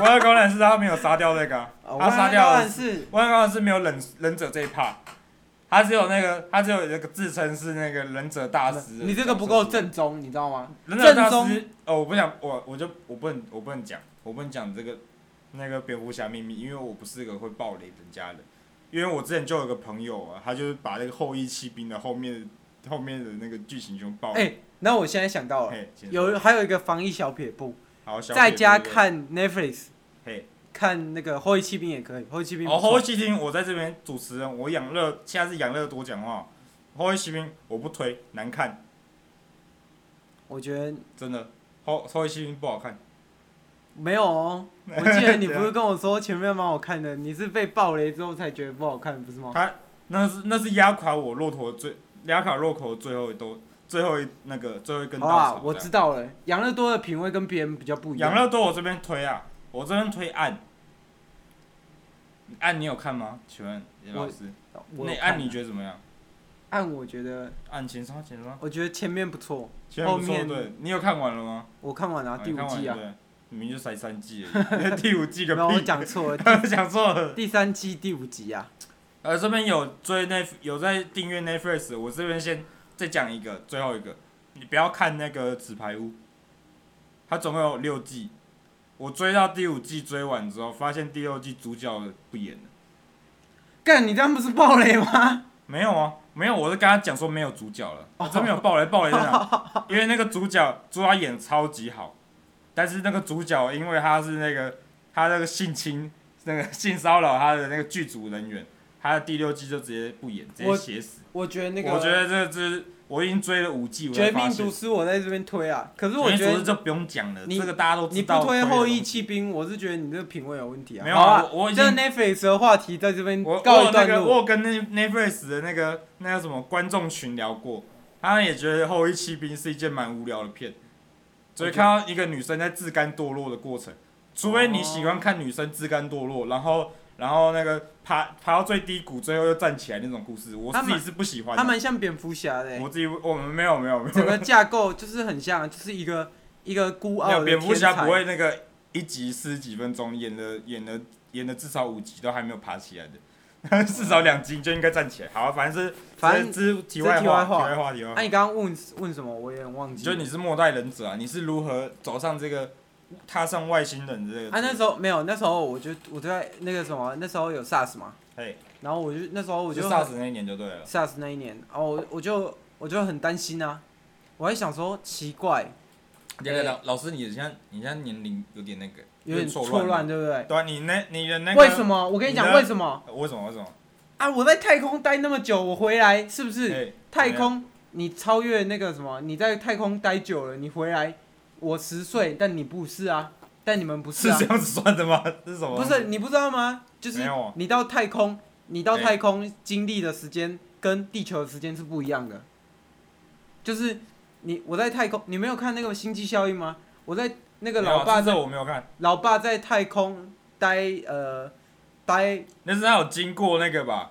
S1: 万恶高谭市他没有杀掉那个啊，
S3: 啊
S1: 他杀掉
S3: 我
S1: 了
S3: 看是
S1: 万恶高谭市没有忍忍者这一趴，他只有那个他只有那个自称是那个忍者大师。
S3: 你这个不够，正宗，你知道吗？
S1: 忍者大
S3: 正
S1: 师哦，我不想我我就我不能我不能讲我不能讲这个那个蝙蝠侠秘密，因为我不是个会暴雷人家的，因为我之前就有个朋友啊，他就是把那个后羿弃兵的后面后面的那个剧情全爆
S3: 哎、
S1: 雷。
S3: 那我现在想到了，
S1: 嘿请说
S3: 有还有一个防疫小撇步，
S1: 好小
S3: 在
S1: 撇
S3: 家
S1: 步对不对
S3: 看 Netflix，
S1: 嘿。
S3: 看那个《后裔骑兵》也可以，《后裔骑兵》
S1: 哦，
S3: 不
S1: 后
S3: 错
S1: 会骑兵，我在这边主持人，我养乐，下次养乐多讲话。后会骑兵我不推，难看，
S3: 我觉得
S1: 真的。后后会骑兵不好看，
S3: 没有 哦，我记得你不是跟我说前面蛮好看的，你是被爆雷之后才觉得不好看，不是吗？
S1: 那是那是压垮我骆驼的最压垮骆驼的最后一兜，最后一那个最后一根稻
S3: 好
S1: 草
S3: 啦
S1: 这，样。
S3: 我知道了，养乐多的品味跟别人比较不一
S1: 养
S3: 样。
S1: 乐多我这边推啊，我这边推暗。暗你有看吗？请问严老师，
S3: 我
S1: 那暗
S3: 有看啊
S1: 你啊觉得怎么样？
S3: 按我觉得，
S1: 暗情杀，情杀，
S3: 我觉得前面不错，
S1: 前面不
S3: 后
S1: 错，
S3: 面
S1: 对你有看完了吗？
S3: 我看完了
S1: 啊
S3: 第
S1: 你
S3: 五
S1: 看完
S3: 季
S1: 了
S3: 啊，
S1: 对，你明明就才三季而已， 第五季
S3: 没
S1: 个
S3: 有我
S1: 屁！
S3: 讲 错了，
S1: 讲错了。
S3: 第三季第五集啊，
S1: 呃，这边有追那有在订阅 Netflix，我这边先再讲一个，最后一个，你不要看那个《纸牌屋》，它总共有六季，我追到第五季追完之后，发现第六季主角不演了，
S3: 干你这样不是爆雷吗？
S1: 没有啊，没有，我是跟他讲说没有主角了，我这边有爆雷，爆雷在哪？因为那个主角主角演超级好，但是那个主角因为他是那个他那个性侵那个性骚扰他的那个剧组人员，他的第六季就直接不演，直接
S3: 我
S1: 写死。
S3: 我觉得那个
S1: 我觉
S3: 《
S1: 得这只我已经追了五季，我才
S3: 绝
S1: 发
S3: 命
S1: 现
S3: 毒师》我在这边推啊，可是我
S1: 绝
S3: 觉
S1: 命毒师
S3: 得
S1: 就不用讲了，
S3: 你
S1: 这个大家都
S3: 你
S1: 知道。
S3: 不推《后羿弃兵》，我是觉得你这个品味有问题啊。
S1: 没有
S3: 好
S1: 啊
S3: 啊，
S1: 我我已
S3: 这个
S1: 经
S3: Netflix 的话题在这边
S1: 我我
S3: 告
S1: 有
S3: 一
S1: 那
S3: 段
S1: 个我
S3: 落。
S1: 有跟那 Netflix 的那个那个什么观众群聊过，他们也觉得《后羿弃兵》是一件蛮无聊的片，所以看到一个女生在自甘堕落的过程，除非
S3: 哦
S1: 你喜欢看女生自甘堕落，然后然后那个爬爬到最低谷，最后又站起来那种故事，我
S3: 他
S1: 自己
S3: 蛮
S1: 是不喜欢的。
S3: 它蛮像蝙蝠侠的欸、
S1: 我自己我们没有没有没有
S3: 整个架构就是很像，就是一个一个孤傲
S1: 没有
S3: 的
S1: 蝙蝠侠
S3: 天才
S1: 不会那个一集四十几分钟，演了演了演了至少五集都还没有爬起来的， 至少两集就应该站起来。好、啊，反正是
S3: 反正
S1: 这是题外
S3: 这题
S1: 话，
S3: 外
S1: 题
S3: 话
S1: 外话，题外
S3: 那、
S1: 话。
S3: 啊你刚刚问问什么？我有点忘记
S1: 就
S3: 了。
S1: 你是末代忍者啊，你是如何走上这个踏上外星人的这个？
S3: 啊，那时候没有，那时候我就我就在那个什么，那时候有 SARS 嘛，
S1: 嘿，
S3: 然后我就那时候我
S1: 我就
S3: 就
S1: SARS 那一年就对了。
S3: SARS 那一年，哦，我我就我就很担心啊，我还想说奇怪，
S1: 对对，老老师，你现在你现在年龄有点那个，
S3: 有点
S1: 错
S3: 错乱，
S1: 乱。
S3: 对不对？
S1: 对啊，你那你的那个
S3: 为什？么？我跟你
S1: 你
S3: 讲
S1: 的
S3: 为什么
S1: 呃为什么？为什么？
S3: 啊？我在太空待那么久，我回来是不是
S1: 嘿啊
S3: 太？空？你超越那个什么？你在太空待久了，你回来，我十岁，但你不是啊，但你们不
S1: 嗯是
S3: 啊
S1: 这，样子算的吗？ 是什么？
S3: 不是你不知道吗？就是
S1: 没有啊
S3: 你到太空，你到
S1: 哎
S3: 太空经历的时间跟地球的时间是不一样的。就是你我在太空，你没有看那个星际效应吗？我在那个
S1: 没有啊
S3: 老爸
S1: 这
S3: 在
S1: 我没有看。
S3: 老爸在太空待呃待，
S1: 那是他有经过那个吧？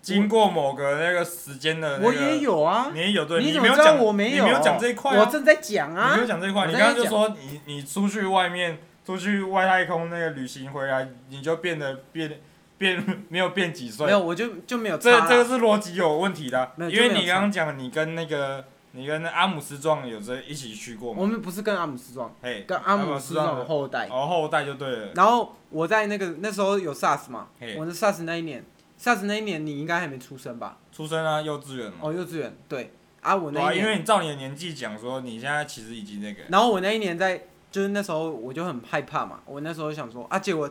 S1: 经过某个那个时间呃的、那个，
S3: 我也，有啊，
S1: 你也有对，
S3: 你
S1: 你
S3: 怎
S1: 没
S3: 么
S1: 有
S3: 知道
S1: 讲，
S3: 我
S1: 没
S3: 有？
S1: 你有讲这一块、啊，
S3: 我正在讲
S1: 你没
S3: 啊
S1: 有。讲这一块，
S3: 我
S1: 你
S3: 在
S1: 刚刚就说你你出去外面，出去外太空那个旅行回来，你就变得变变没有变几岁，
S3: 没有，我就就没有
S1: 这
S3: 差啊
S1: 这个是逻辑有问题的啊，
S3: 没有
S1: 因为
S3: 就没有
S1: 你刚刚讲你跟那个你跟那阿姆斯壮有这一起去过嘛，
S3: 我们不是跟阿姆斯壮，
S1: 嘿，
S3: 跟阿姆斯壮的后代
S1: 然。后后代就哦对了，
S3: 然后我在那个那时候有 SARS 嘛
S1: 嘿，
S3: 我的 SARS 那一年，SARS 那一年你应该还没出生吧？
S1: 出生啊，幼稚园嘛，
S3: 哦，幼稚园对啊，我
S1: 对啊，
S3: 那一
S1: 因
S3: 年，
S1: 为你照你的年纪讲说，你现在其实已经那个。
S3: 然后我那一年在就是那时候我就很害怕嘛，我那时候想说啊，结果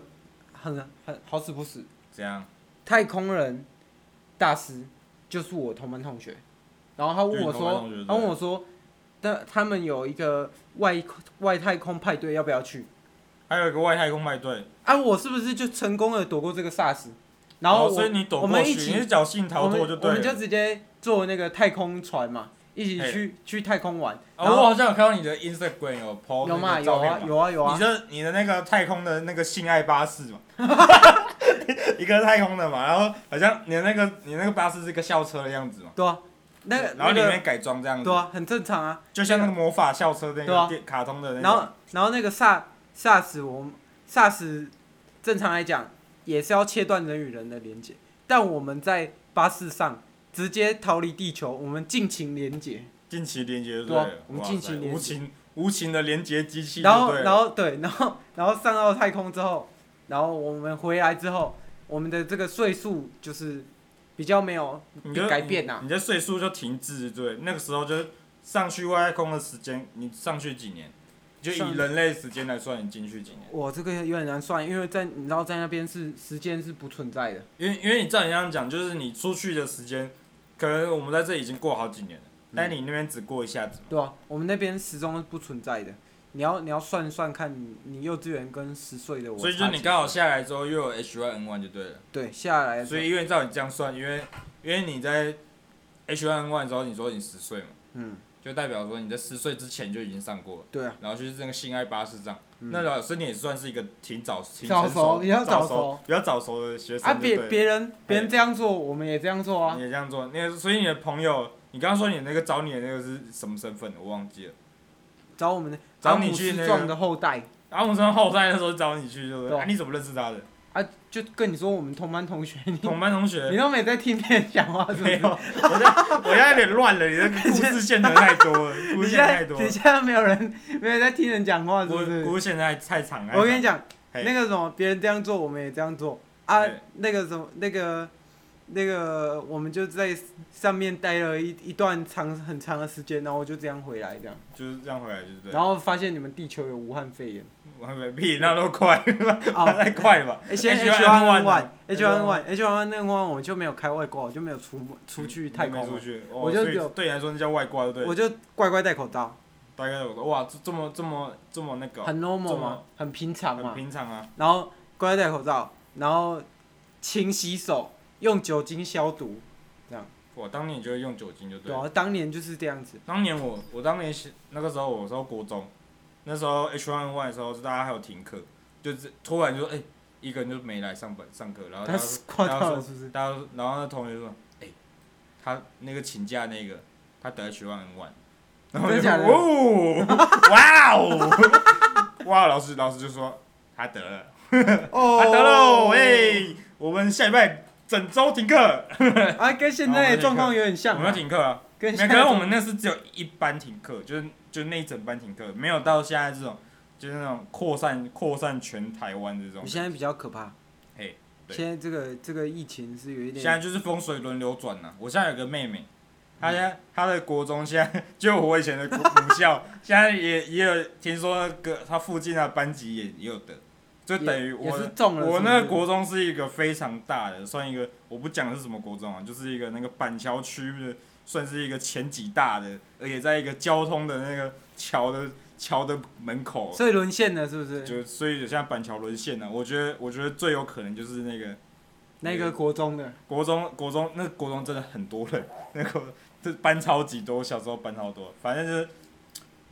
S3: 很很好死不死，
S1: 怎样？
S3: 太空人大师就是我同班同学，然后他问我
S1: 就你同班
S3: 说
S1: 同学，
S3: 他问我说，但他们有一个外外太空派对要不要去？
S1: 还有一个外太空派对，
S3: 啊，我是不不是就成功的躲过这个 SARS？然后
S1: 哦
S3: 我
S1: 所以你躲
S3: 我
S1: 过
S3: 们
S1: 去，
S3: 一起
S1: 你是侥幸
S3: 我
S1: 逃
S3: 们
S1: 脱就
S3: 我
S1: 对
S3: 们就
S1: 了。
S3: 直接坐那个太空船嘛，一起
S1: 嘿
S3: 去去太空玩。
S1: 哦，
S3: 然
S1: 我
S3: 后
S1: 好像有看到你的 Instagram 有 po
S3: 有
S1: 那
S3: 嘛
S1: 个
S3: 有
S1: 照片
S3: 啊
S1: 嘛，
S3: 有啊有
S1: 你
S3: 啊，
S1: 的你的那个太空的那个性爱巴士嘛， 一个太空的嘛，然后好像你的那个你那个巴士是一个校车的样子嘛，
S3: 对啊，那个
S1: 然后
S3: 那
S1: 里
S3: 个
S1: 面改装这样子
S3: 对，啊，很正常啊。
S1: 就像那个魔法校车那
S3: 对啊
S1: 个电卡通的那
S3: 然后
S1: 种，
S3: 然后那个萨萨斯我们萨斯正常来讲也是要切断人与人的连接，但我们在巴士上直接逃离地球，我们尽情连接。
S1: 近期连接就
S3: 对啊
S1: 了
S3: 我们
S1: 哇
S3: 近
S1: 塞
S3: 期连
S1: 无
S3: 接
S1: 情无情的连接机器就对了，
S3: 然后然后对，然后然后上到太空之后，然后我们回来之后，我们的这个岁数就是比较没有
S1: 你就
S3: 改变啊
S1: 你你的岁数就停滞，对，那个时候就是上去外太空的时间，你上去几年，就以
S3: 上
S1: 人类时间来算，你进去几年？
S3: 我这个有点难算，因为在你知道在那边是时间是不存在的，
S1: 因为因为你照你这样讲，就是你出去的时间，可能我们在这里已经过好几年了，
S3: 嗯
S1: 但你那边只过一下子嘛。
S3: 对吧、啊我们那边时钟是不存在的，你要你要算算看你，你幼稚园跟十岁的我差
S1: 所
S3: 几
S1: 以
S3: 岁，
S1: 就你刚好下来之后又有 H1N1 就对了，
S3: 对下来的时
S1: 所
S3: 候，
S1: 以因为照你这样算，因为因为你在 H1N1 的时候你说你十岁嘛，
S3: 嗯，
S1: 就代表说你在十岁之前就已经上过了，
S3: 对啊，
S1: 然后就是那个性爱巴士上，
S3: 嗯
S1: 那老师你也算是一个挺早、挺
S3: 早
S1: 成
S3: 熟比较
S1: 早
S3: 早熟
S1: 比较早熟的学生
S3: 啊
S1: 就
S3: 别
S1: 对了
S3: 别人别人这样做，我们也这样做啊
S1: 你，也这样做，那所以你的朋友，你刚刚说你那个找你的那个是什么身份？我忘记了。
S3: 找我们的
S1: 找
S3: 阿
S1: 你
S3: 姆
S1: 去
S3: 斯
S1: 那个
S3: 壮的后代
S1: 阿姆生后代那时候找你去，对不
S3: 对
S1: 对？
S3: 啊
S1: 啊你怎么认识他的？
S3: 啊，就跟你说我们同班同学，你
S1: 同班同
S3: 你
S1: 学。
S3: 都没在听别人讲话是不
S1: 没
S3: 是？
S1: 有，我在我现在有点乱了，你的故事线的太多了，故
S3: 你
S1: 事
S3: 现
S1: 线
S3: 在
S1: 太多
S3: 你
S1: 了，
S3: 现在没有人没有在听人讲话是不是
S1: 故？故事线太太长了。
S3: 我跟你讲，
S1: 嘿哎
S3: 那个什么，别人这样做，我们也这样做啊
S1: 嘿。
S3: 那个什么，那个那个我们就在上面待了一一段长很长的时间，然后我就这样回来这样，
S1: 就是这样回来，对不对？
S3: 然后发现你们地球有武汉 肺炎，
S1: 我还没屁，那都快，那
S3: 哦
S1: 太快了吧
S3: H 先 H
S1: H1N1
S3: 1 N
S1: 啊
S3: H 1 N 1 H 1 N 1我就没有开外挂，我就没有出门出去太
S1: 没
S3: 空
S1: 出
S3: 了，
S1: 去，哦
S3: 我就
S1: 所以
S3: 有
S1: 对你来说那叫外挂，对不对？
S3: 我就乖乖戴口罩，
S1: 大概有哇，这这么这么这么那个哦，
S3: 很 normal
S1: 这
S3: 嘛
S1: 么，
S3: 很平常
S1: 很
S3: 嘛，
S1: 平常啊，
S3: 然后乖乖戴口罩，然后勤洗手，用酒精消毒，
S1: 我当年就会用酒精，就对
S3: 对
S1: 了。
S3: 啊，当年就是这样子，
S1: 当年我我当年是那个时候我是国中，那时候 H1N1 的时候，大家还有停课，就是突然就哎、一个人就没来上班上课，然后大
S3: 他
S1: 家
S3: 是
S1: 说
S3: 夸
S1: 大
S3: 大
S1: 家
S3: 了
S1: 说
S3: 是不是？
S1: 大家说然后那同学说哎、他那个请假那个他得 H1N1，然后我就
S3: 真的假的
S1: 哦哇哦 哇老师老师就说他得了。
S3: 哦
S1: 啊，得
S2: 哦
S1: 喽！喂，我们下礼拜整周停课，
S3: 啊，跟现在的状况有点
S1: 我
S3: 像啊，
S1: 们要停课啊。没
S3: 跟
S1: 有，
S3: 现
S1: 可
S3: 在
S1: 是
S3: 的
S1: 我们那是只有一班停课，就是就是那一整班停课，没有到现在这种，就是那种扩散扩散全台湾这种
S3: 状。况现在比较可怕，
S1: 嘿对
S3: 现在这个这个疫情是有一
S1: 现
S3: 点，
S1: 在就是风水轮流转呐、我现在有个妹妹，她现在她的国中现在就我以前的国母校，现在也也有听说那个她附近的班级也也有得，就
S3: 也
S1: 等于
S3: 也
S1: 我
S3: 是中了
S1: 我
S3: 是不
S1: 那
S3: 是
S1: 个国中是一个非常大的，算一个我不讲是什么国中啊，就是一个那个板桥区的，算是一个前几大的，而且在一个交通的那个桥的桥的门口，啊
S3: 所以沦陷了是不是？
S1: 就所以像板桥沦陷啊了。我觉得我觉得最有可能就是那个
S3: 那个国中的，
S1: 国中国中那国中真的很多人， 那个这班超级多，小时候班超多，反正就是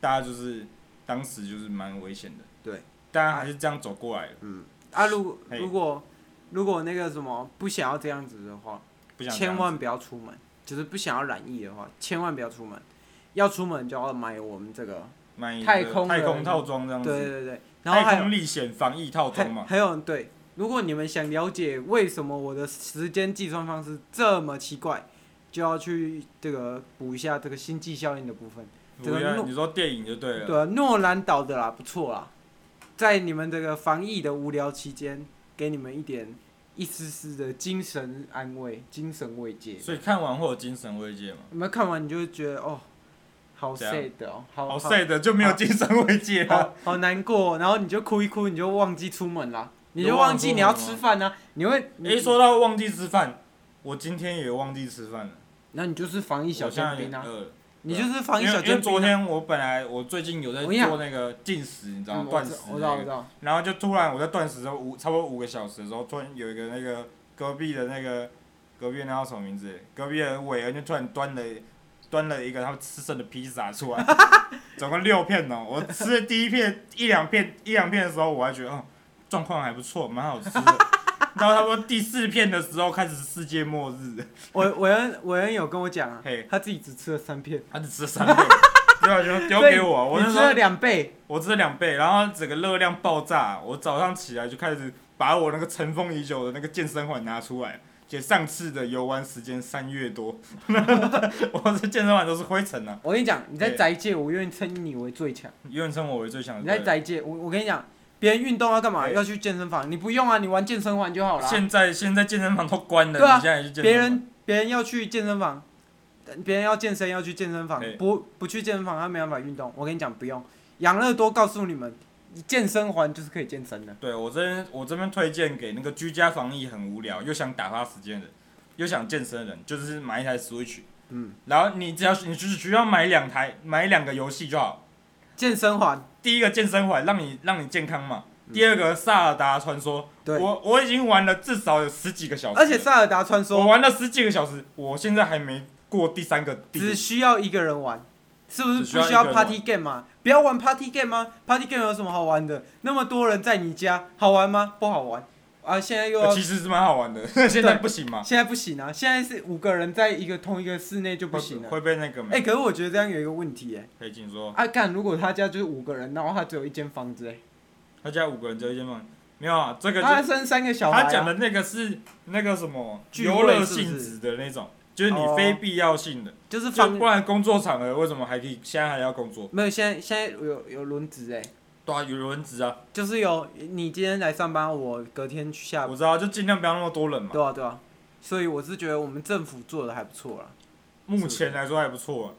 S1: 大家就是当时就是蛮危险的，
S3: 对，
S1: 大家还是这样走过来的，
S3: 嗯，啊，如
S1: 嘿
S3: 如果如果那个什么不想要这样子的话，
S1: 不想这样
S3: 千万不要出门，就是不想要染疫的话，千万不要出门。要出门就要买我们这个，
S1: 蛮
S3: 太空
S1: 太空
S3: 人
S1: 套装这样
S3: 对
S1: 子。
S3: 对对，然后还
S1: 太
S3: 有
S1: 空历险防疫套装
S3: 还
S1: 嘛，
S3: 还有对，如果你们想了解为什么我的时间计算方式这么奇怪，就要去这个补一下这个星际效应的部分。这个
S1: 我觉得
S3: 诺
S1: 你说电影就对了，
S3: 对啊，诺兰导的啦，不错啦，在你们这个防疫的无聊期间，给你们一点一丝丝的精神安慰、精神慰藉。
S1: 所以看完会有精神慰藉嘛，
S3: 你们看完你就会觉得哦，好
S1: 怎样
S3: sad 哦，好
S1: 啊好 sad 就没有精神慰藉了，
S3: 好好难过哦，然后你就哭一哭，你就忘记出门啦，你就
S1: 就
S3: 忘
S1: 忘
S3: 记
S1: 出
S3: 你要
S1: 门
S3: 吃
S1: 了
S3: 饭啊，你会你
S1: 诶，说到忘记吃饭，我今天也忘记吃饭了，
S3: 那你就是防疫
S1: 我
S3: 小
S1: 现在
S3: 尖
S1: 也
S3: 兵啊，
S1: 饿了。
S3: 你就是防疫
S1: 因为
S3: 小
S1: 因为
S3: 尖
S1: 昨
S3: 兵啊。
S1: 天我本来我最近有在
S3: 我跟你讲
S1: 做那个进食，你知道
S3: 嗯
S1: 吗？
S3: 我
S1: 断
S3: 知
S1: 食
S3: 我知道我
S1: 那
S3: 知
S1: 个，
S3: 道，
S1: 然后就突然我在断食的时候五差不多五个小时的时候，突然有一个那个隔壁的那个隔壁的那叫什么名字？隔壁的伟恩就突然端了端了一个他们吃剩的披萨出来， 总共六片哦。我吃了第一片一两片一两片的时候，我还觉得哦状况还不错，蛮好吃的。然后差不多第四片的时候开始世界末日，
S3: 我韦恩韦恩有跟我讲啊
S1: 嘿，
S3: 他自己只吃了三片，
S1: 他只吃了三片，对啊，就丢给我，我
S3: 你
S1: 那
S3: 吃
S1: 时候
S3: 了两倍，
S1: 我吃了两倍，然后整个热量爆炸。我早上起来就开始把我那个尘封已久的那个健身环拿出来，且上次的游玩时间三月多， 我这健身环都是灰尘啊。
S3: 我跟你讲，你在
S1: 对
S3: 宅界，我愿意称你为最强。
S1: 有人称我为最强
S3: 你
S1: 的
S3: 在
S1: 队
S3: 宅界，我我跟你讲，别人运动要干嘛？
S1: 对
S3: 要去健身房，你不用啊，你玩健身环就好
S1: 友。
S3: 了。
S1: 现在现在健身房都关了，
S3: 对啊
S1: 你现在去健身房
S3: 别人别人要去健身房，但别人要健身要去健身房
S1: 对，
S3: 不不去健身房他没办法运动。我跟你讲，不用。养乐多告诉你们，健身环就是可以健身的。
S1: 对我这边我这边推荐给那个居家防疫很无聊又想打发时间的，又想健身的人，就是买一台 Switch。
S3: 嗯，
S1: 然后你只要你只需要买两台买两个游戏就好，
S3: 健身环，
S1: 第一个健身环让你让你健康嘛，第二个萨尔达传说，
S3: 嗯对
S1: 我我已经玩了至少有十几个小时了，
S3: 而且塞尔达传
S1: 我
S3: 说
S1: 玩了十几个小时，我现在还没过第三个地
S3: 只需要一个人玩，是不是
S1: 只需
S3: 不
S1: 要
S3: 需要
S1: 一个人
S3: party game 嘛？不要玩 party game 吗？party game 有什么好玩的？那么多人在你家，好玩吗？不好玩。啊，现在又要
S1: 呃其实是蛮好玩 的， 现在不行嘛，
S3: 现在不行啊，现在是五个人在一个同一个室内就不行了。
S1: 呃会被那个
S3: 哎、
S1: 没
S3: 可是我觉得这样有一个问题哎、
S1: 裴景说，
S3: 啊干，如果他家就是五个人，然后他只有一间房子哎、
S1: 他家五个人就一间房，没有啊，这个就
S3: 他还生三个小孩、啊，
S1: 他讲的那个是那个什么
S3: 聚会
S1: 游乐
S3: 是不是
S1: 性质的那种，就是你非必要性的，
S3: 就是
S1: 就
S3: 房
S1: 不然工作场合为什么还可以现在还要工作？
S3: 没有，现在现在有有轮值哎、
S1: 对啊，有轮值啊，
S3: 就是有你今天来上班，我隔天去下
S1: 我知道，就尽量不要那么多人嘛。
S3: 对啊对啊，所以我是觉得我们政府做的还不错啦。
S1: 目前来说还不错啊、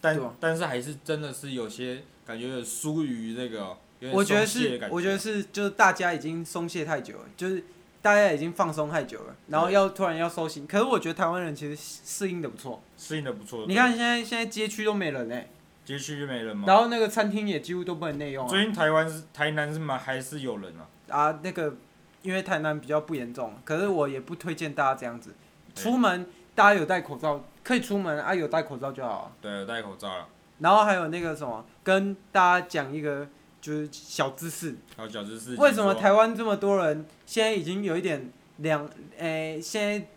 S1: 但
S3: 对啊
S1: 但是还是真的是有些感觉有点疏于那个，哦有点
S3: 我觉得
S1: 松懈的
S3: 是
S1: 感，
S3: 我觉得是，就是大家已经松懈太久了，就是大家已经放松太久了，然后要突然要收心。可是我觉得台湾人其实适应的不错，
S1: 适应的不错。
S3: 你看现在现在街区都没人嘞、
S1: 街区就没人嘛。
S3: 然后那个餐厅也几乎都不能内用啊
S1: 嗯最近台湾是台南是吗？还是有人啊？
S3: 啊，那个因为台南比较不严重，可是我也不推荐大家这样子，
S1: 对
S3: 出门大家有戴口罩可以出门啊，有戴口罩就好啊。
S1: 对，戴口罩了。
S3: 然后还有那个什么，跟大家讲一个就是小知识，
S1: 还有小知识。
S3: 为什
S1: 请说
S3: 么台湾这么多人现在已经有一点两诶、现在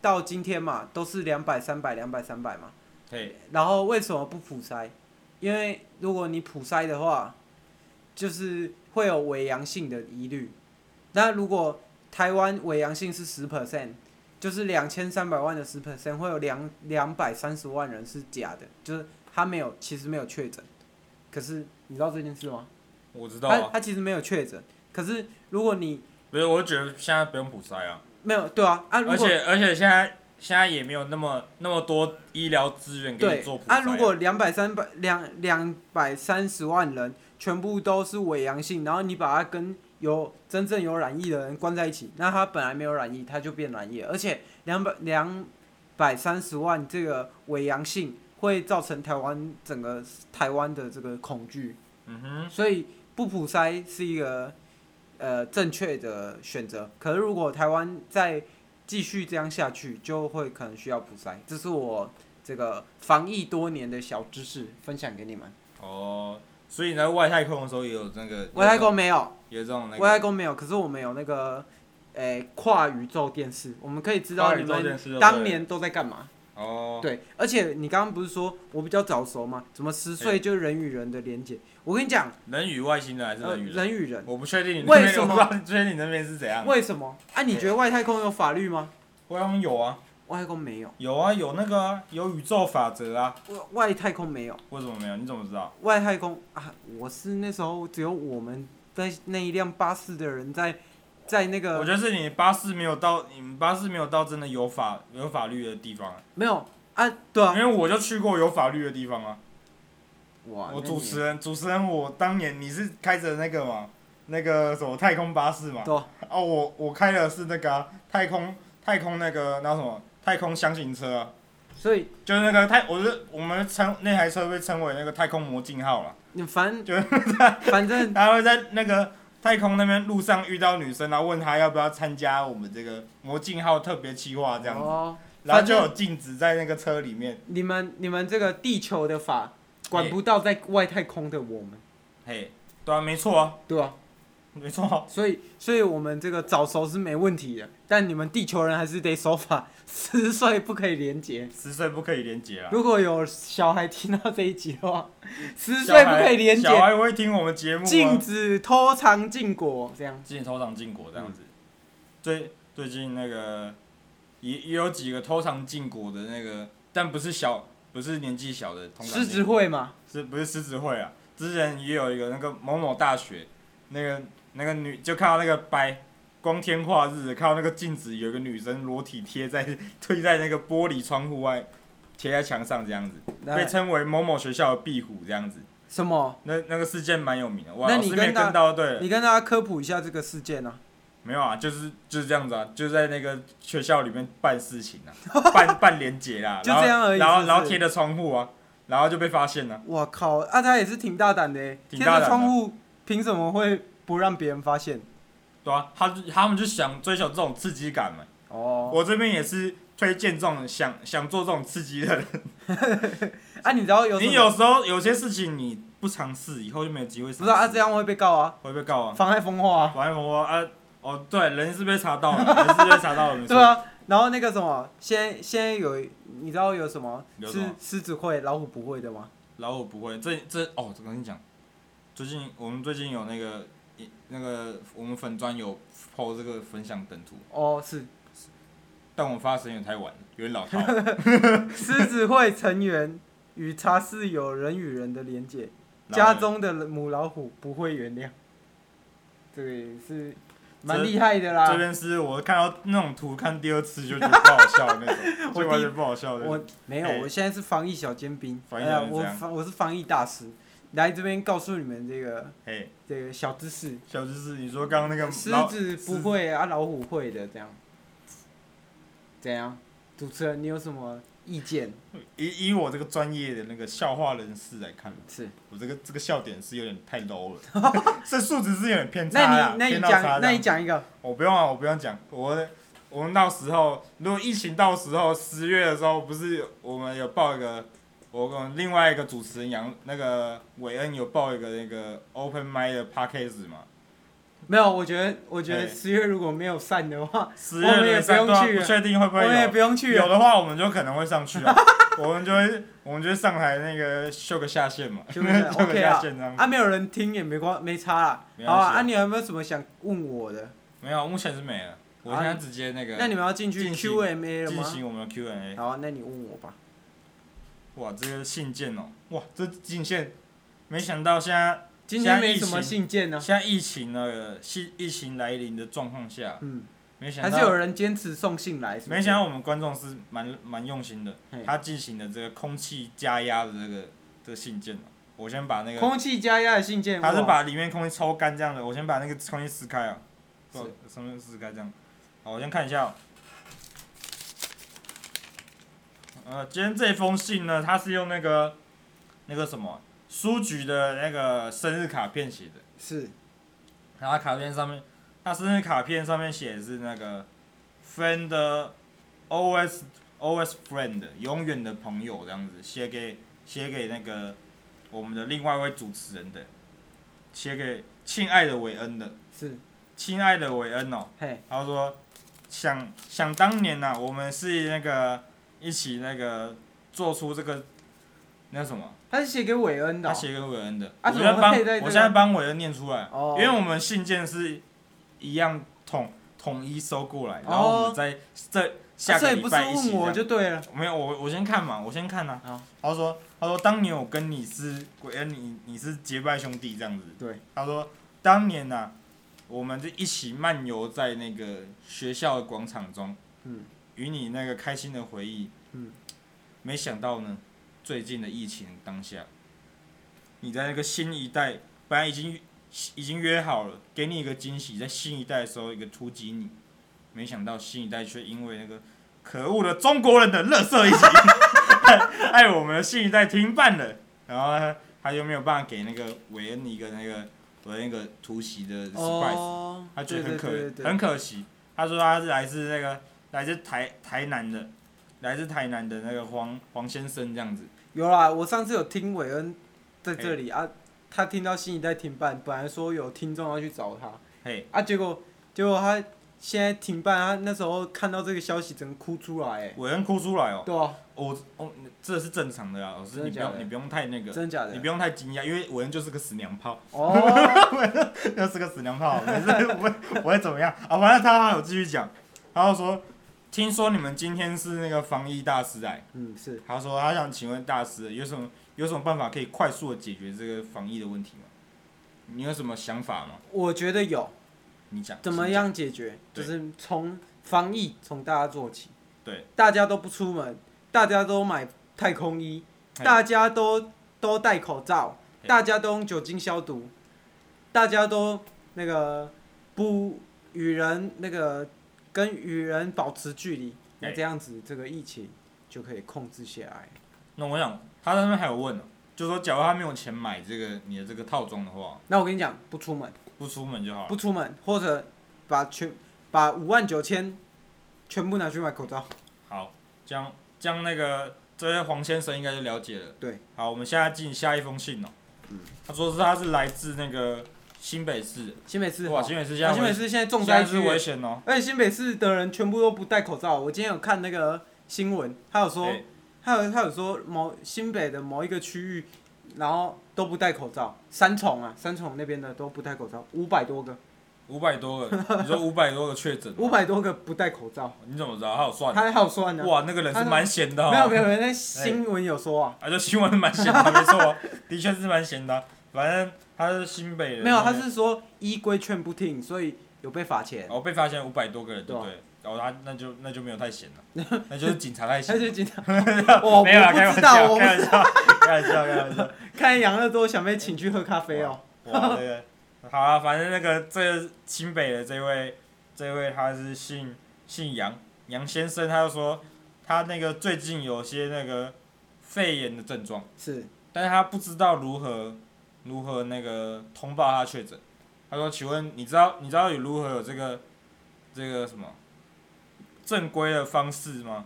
S3: 到今天嘛都是两百、三百、两百、三百嘛，
S1: 嘿，
S3: 然后为什么不普筛？因为如果你普筛的话，就是会有伪阳性的疑虑。那如果台湾伪阳性是十 percent，就是两千三百万的十 percent 会有两两百三十万人是假的，就是他没有其实没有确诊。可是你知道这件事吗？
S1: 我知道
S3: 他
S1: 啊。
S3: 他其实没有确诊，可是如果你
S1: 不是，我就觉得现在不用普筛啊，
S3: 没有对啊啊，如
S1: 而
S3: 果
S1: 且而且现在现在也没有那么那么多医疗资源给你
S3: 对
S1: 做普筛、
S3: 啊，如果两百三百两两百三十万人全部都是伪阳性，然后你把它跟有真正有染疫的人关在一起，那他本来没有染疫，他就变染疫了，而且两百两百三十万这个伪阳性会造成台湾整个台湾的这个恐惧，
S1: 嗯哼，
S3: 所以不普筛是一个呃正确的选择。可是如果台湾再继续这样下去，就会可能需要普筛。这是我这个防疫多年的小知识，分享给你们。
S1: 哦，所以你在外太空的时候也有那个
S3: 外太空没有，
S1: 有这种那个
S3: 外太空没有，可是我们有那个诶、跨宇宙电视，我们可以知道
S1: 跨宇
S3: 你
S1: 宙电
S3: 们
S1: 视就对了
S3: 当年都在干嘛。
S1: 哦，
S3: 对，而且你刚刚不是说我比较早熟吗？怎么十岁就人与人的连接？我跟你讲，
S1: 人与外星人还是
S3: 呃，
S1: 人与嗯人？
S3: 人与人。
S1: 我不确定你
S3: 为
S1: 那边
S3: 什
S1: 我不
S3: 么
S1: 知道确定你那边是怎样。
S3: 为什么？啊，你觉得外太空有法律吗？
S1: 外太空有啊，
S3: 外太空没有，
S1: 有啊，有那个啊，有宇宙法则啊，
S3: 外外太空没有，
S1: 为什么没有？你怎么知道？
S3: 外太空啊！我是那时候只有我们在那一辆巴士的人在在那
S1: 我
S3: 个
S1: 觉得是你巴士没有到，你们巴士没有到真的有法有法律的地方、
S3: 没有啊，对
S1: 因
S3: 啊，
S1: 为我就去过有法律的地方啊。
S3: 哇
S1: 我
S3: 那
S1: 主
S3: 你
S1: 持人，主持人，我当年你是开着那个嘛，那个什么太空巴士嘛？
S3: 对啊
S1: 哦，我我开的是那个啊、太空太空那个那什么太空箱型车、啊，
S3: 所以
S1: 就是那个太，我是我们称那台车被称为那个太空魔镜号了。
S3: 你 反
S1: 就
S3: 反正
S1: 他会在那个太空那边路上遇到女生，然后问她要不要参加我们这个魔镜号特别企划这样子，
S3: 哦，
S1: 然后就有镜子在那个车里面。
S3: 你们你们这个地球的法管
S1: 哎
S3: 不到在外太空的我们，
S1: 嘿，对啊，没错啊，
S3: 对啊，
S1: 没错啊、
S3: 所以所以我们这个早熟是没问题的，但你们地球人还是得守法，十岁不可以连结。
S1: 十岁不可以连结啊。
S3: 如果有小孩听到这一集的话，十
S1: 小孩
S3: 岁不可以连
S1: 小
S3: 结，
S1: 孩会听我们节目、啊，
S3: 禁止偷尝禁果这样。
S1: 禁止偷尝禁果这样子。最最近那个也也有几个偷尝禁果的那个，但不是小，不是年纪小的，通常
S3: 狮子会嘛，
S1: 是不是狮子会啊？之前也有一个那个某某大学，那个那个女就看到那个白光天化日，看到那个镜子有一个女生裸体贴在 推在那个玻璃窗户外，贴在墙上这样子，被
S3: 那
S1: 称为某某学校的壁虎这样子。
S3: 什么？
S1: 那那个事件蛮有名的，哇，
S3: 那
S1: 老
S3: 你
S1: 师没
S3: 跟他
S1: 跟到对了，
S3: 你跟大家科普一下这个事件啊。
S1: 没有啊，就是就是这样子啊，就在那个学校里面办事情啊， 办办连结啦，
S3: 就这样而已
S1: 然后
S3: 是不
S1: 然后
S3: 是
S1: 然后贴着窗户啊，然后就被发现了。
S3: 我靠，啊，他也是挺大胆的欸，
S1: 挺
S3: 贴
S1: 大胆
S3: 着
S1: 的
S3: 窗户，凭什么会不让别人发现？
S1: 对啊，他就他们就想追求这种刺激感嘛。
S3: 哦，
S1: 我这边也是推荐这种想想做这种刺激的人。
S3: 啊，你知 道有什
S1: 你
S3: 么
S1: 有时候有些事情你不尝试，以后就没有机会尝试。
S3: 不是啊，这样会被告啊，
S1: 会被告啊。
S3: 妨害风化啊，
S1: 反正我啊，哦对，人是被查到了，人是被查到了，没错
S3: 对啊。然后那个什么，现在现在有你知道有什么
S1: 有什
S3: 是
S1: 么
S3: 狮子会、老虎不会的吗？
S1: 老虎不会，这这哦，我跟你讲，最近我们最近有那个一那个我们粉专有 PO 这个分享等图，
S3: 哦，是
S1: 但我发时间也太晚了，有点老 套。
S3: 狮子会成员与茶室有人与人的连接，
S1: 然后
S3: 家中的母老虎不会原谅。这个也是蛮厉害的啦。
S1: 这边是我看到那种图，看第二次就觉得不好笑的那种，
S3: 我
S1: 就完全不好笑的。
S3: 我没有，
S1: 哎
S3: 我现在是防疫小尖兵。
S1: 防疫
S3: 哎呀
S1: 小尖
S3: 我
S1: 这样
S3: 防我是防疫大师，来这边告诉你们这个
S1: 嘿，
S3: 这个小知识：
S1: 小知识，你说刚刚那个
S3: 狮
S1: 老
S3: 子不会啊，老虎会的，这样。怎样？主持人，你有什么意见？
S1: 以以我这个专业的那个笑话人士来看，
S3: 是？
S1: 我这个这个笑点是有点太 low 了， 这数值是有点偏差
S3: 那
S1: 啦
S3: 你那你
S1: 偏到差这
S3: 讲
S1: 样
S3: 那你讲一个，
S1: 我不用啊，我不用讲，我我们到时候如果疫情到时候十月的时候，不是我们有报一个，我跟另外一个主持人杨那个韦恩有报一个那个 open m i 的 podcast 嘛？
S3: 没有？我觉得我觉得
S1: 哎
S3: 十月如果没有散的话，
S1: 十
S3: 我们
S1: 月
S3: 也
S1: 的
S3: 不
S1: 三
S3: 用
S1: 段
S3: 去了啊
S1: 不确定 会不
S3: 我
S1: 会
S3: 们也
S1: 有
S3: 不。用 去啊
S1: 有
S3: 了，
S1: 的话，我们就可能会上去 啊，我们就会我们就会上台那个秀个下限嘛，
S3: 是 不是
S1: 秀个
S3: ？OK
S1: 下
S3: 啊
S1: 线这样。
S3: 啊，没有人听也没关没差啦。
S1: 没
S3: 好
S1: 关
S3: 啊，
S1: 系
S3: 啊，你有没有什么想问我的？
S1: 没有，目前是没了。我现在直接那个
S3: 啊那你们要进去
S1: 进行
S3: Q&A 了
S1: 进
S3: 吗？
S1: 行我们的 Q&A。
S3: 好啊，那你问我吧。
S1: 哇，这个信件哦，哇，这进线，没想到现在
S3: 今天没什么信件啊呢、
S1: 现在疫情那个疫疫情来临的状况下，
S3: 嗯，
S1: 没想
S3: 还是有
S1: 到
S3: 人坚持送信来是不是
S1: 没想到我们观众是蛮蛮用心的
S3: 嘿，
S1: 他进行了这个空气加压的这个这个信件哦我先把那个，
S3: 空气加压的信件，
S1: 他是
S3: 哇
S1: 把里面空气抽干这样的，我先把那个空气撕开啊，
S3: 是
S1: 不，什么撕开这样，好，我先看一下、哦。呃，今天这封信呢，它是用那个那个什么书局的那个生日卡片写的。
S3: 是
S1: 然后他卡片上面，他生日卡片上面写的是那个 friend always always friend 永远的朋友这样子，写给写给那个我们的另外一位主持人的，写给亲爱的韦恩的，
S3: 是，
S1: 亲爱的韦恩哦，
S3: 嘿，
S1: 他说想想当年呐、我们是那个一起那个做出这个那什么。
S3: 他是写给韦恩的哦、
S1: 他写给韦恩的，
S3: 啊
S1: 我
S3: 怎
S1: 现
S3: 么
S1: 在帮
S3: 会在这个
S1: 我现在帮韦恩念出来，啊
S3: 哦
S1: 因为我们信件是一样统统一收过来，
S3: 哦
S1: 然后我们在这
S3: 啊
S1: 下
S3: 所
S1: 个
S3: 以
S1: 礼
S3: 不是
S1: 拜一起
S3: 问
S1: 这
S3: 我
S1: 样。
S3: 就哦对了，
S1: 没有，我我先看嘛，我先看呐、
S3: 好
S1: 他说他说当年我跟你是韦恩，你你是结拜兄弟这样子。
S3: 对，
S1: 他说当年呐、我们就一起漫游在那个学校的广场中，
S3: 嗯，
S1: 与你那个开心的回忆，
S3: 嗯，
S1: 没想到呢，最近的疫情当下，你在那个新一代本来已经已经约好了，给你一个惊喜，在新一代的时候一个突击你，没想到新一代却因为那个可恶的中国人的垃圾一起， 害我们的新一代停办了，然后他他就没有办法给那个韦恩一个那个韦恩一个突袭的 surprise，、
S3: 哦，
S1: 他觉得很可
S3: 对对对对
S1: 很可惜。他说他是来自那个来自台台南的，来自台南的那个黄黄先生这样子。
S3: 有啦，我上次有听韦恩在这里、啊，他听到新一代停办，本来说有听众要去找他
S1: 嘿，
S3: 啊，结果结果他现在停办，他那时候看到这个消息，整个哭出来，哎，
S1: 伟恩哭出来哦，
S3: 对啊，
S1: 我哦，这是正常的啊，老师
S3: 真的
S1: 你不
S3: 假的
S1: 用你不用太那个，
S3: 真的假的
S1: 你？不用太惊讶，因为伟恩就是个死娘炮，
S3: 哦，
S1: 就是个死娘炮，没事，不会不会怎么样啊。反正他还有继续讲，他就说，听说你们今天是那个防疫大师哎，
S3: 嗯，是
S1: 他说他想请问大师，有什么有什么办法可以快速的解决这个防疫的问题吗？你有什么想法吗？
S3: 我觉得有。
S1: 你讲
S3: 怎么？样解决？就
S1: 对
S3: 是从防疫从大家做起。
S1: 对，
S3: 大家都不出门，大家都买太空衣，
S1: 嘿
S3: 大家都都戴口罩，
S1: 嘿
S3: 大家都用酒精消毒，大家都那个不与人那个跟与人保持距离，那
S1: 嘿
S3: 这样子这个疫情就可以控制下来。
S1: 那我想他那边还有问呢、就说假如他没有钱买这个你的这个套装的话，
S3: 那我跟你讲，不出门，
S1: 不出门就好了
S3: 不。出门，或者把全把五万九千全部拿去买口罩。
S1: 好，这样这样那个这位黄先生应该就了解了。
S3: 对，嗯
S1: 好，我们现在进下一封信哦、他说是他是来自那个新北市的，
S3: 新北市
S1: 哇，
S3: 好
S1: 新北市现
S3: 啊
S1: 在
S3: 新北
S1: 危
S3: 市现在重
S1: 现
S3: 灾
S1: 在
S3: 区
S1: 是，危险哦、
S3: 而且新北市的人全部都不戴口罩。我今天有看那个新闻，他有说，
S1: 哎
S3: 他有他有说某新北的某一个区域，然后都不戴口罩，三重啊，三重那边的都不戴口罩，五百多个，
S1: 五百多个，你说五百多个确诊吗，哦
S3: 五百多个不戴口罩，
S1: 你怎么知道？他有算？哦
S3: 他还有算呢、嗯
S1: 哇，那个人是蛮闲的、哦
S3: 没有没有没有，那新闻有说啊，
S1: 啊，就新闻蛮闲的，没错， 的确是蛮闲的。反正他是新北人，
S3: 没有，
S1: 那
S3: 他
S1: 个
S3: 是说依规劝不听，所以有被罚钱，
S1: 哦，被发现五百多个人，对
S3: 对啊
S1: 不对？哦，他那就那就没有太闲 了，那就是警察太闲
S3: 他
S1: 了
S3: 就。警察，我
S1: 没有啦，开
S3: 不
S1: 玩
S3: 知道，
S1: 笑，
S3: 我
S1: 开
S3: 们
S1: 玩笑，开玩笑， 开玩笑。
S3: 看杨乐多想被请去喝咖啡哦、
S1: 哇，这个好啊，反正那个这个新北的这位，这位他是姓姓杨，杨先生，他就说他那个最近有些那个肺炎的症状，
S3: 是
S1: 但是他不知道如何如何那个通报他确诊。他说：“请问你知道你知道有如何有这个这个什么正规的方式吗？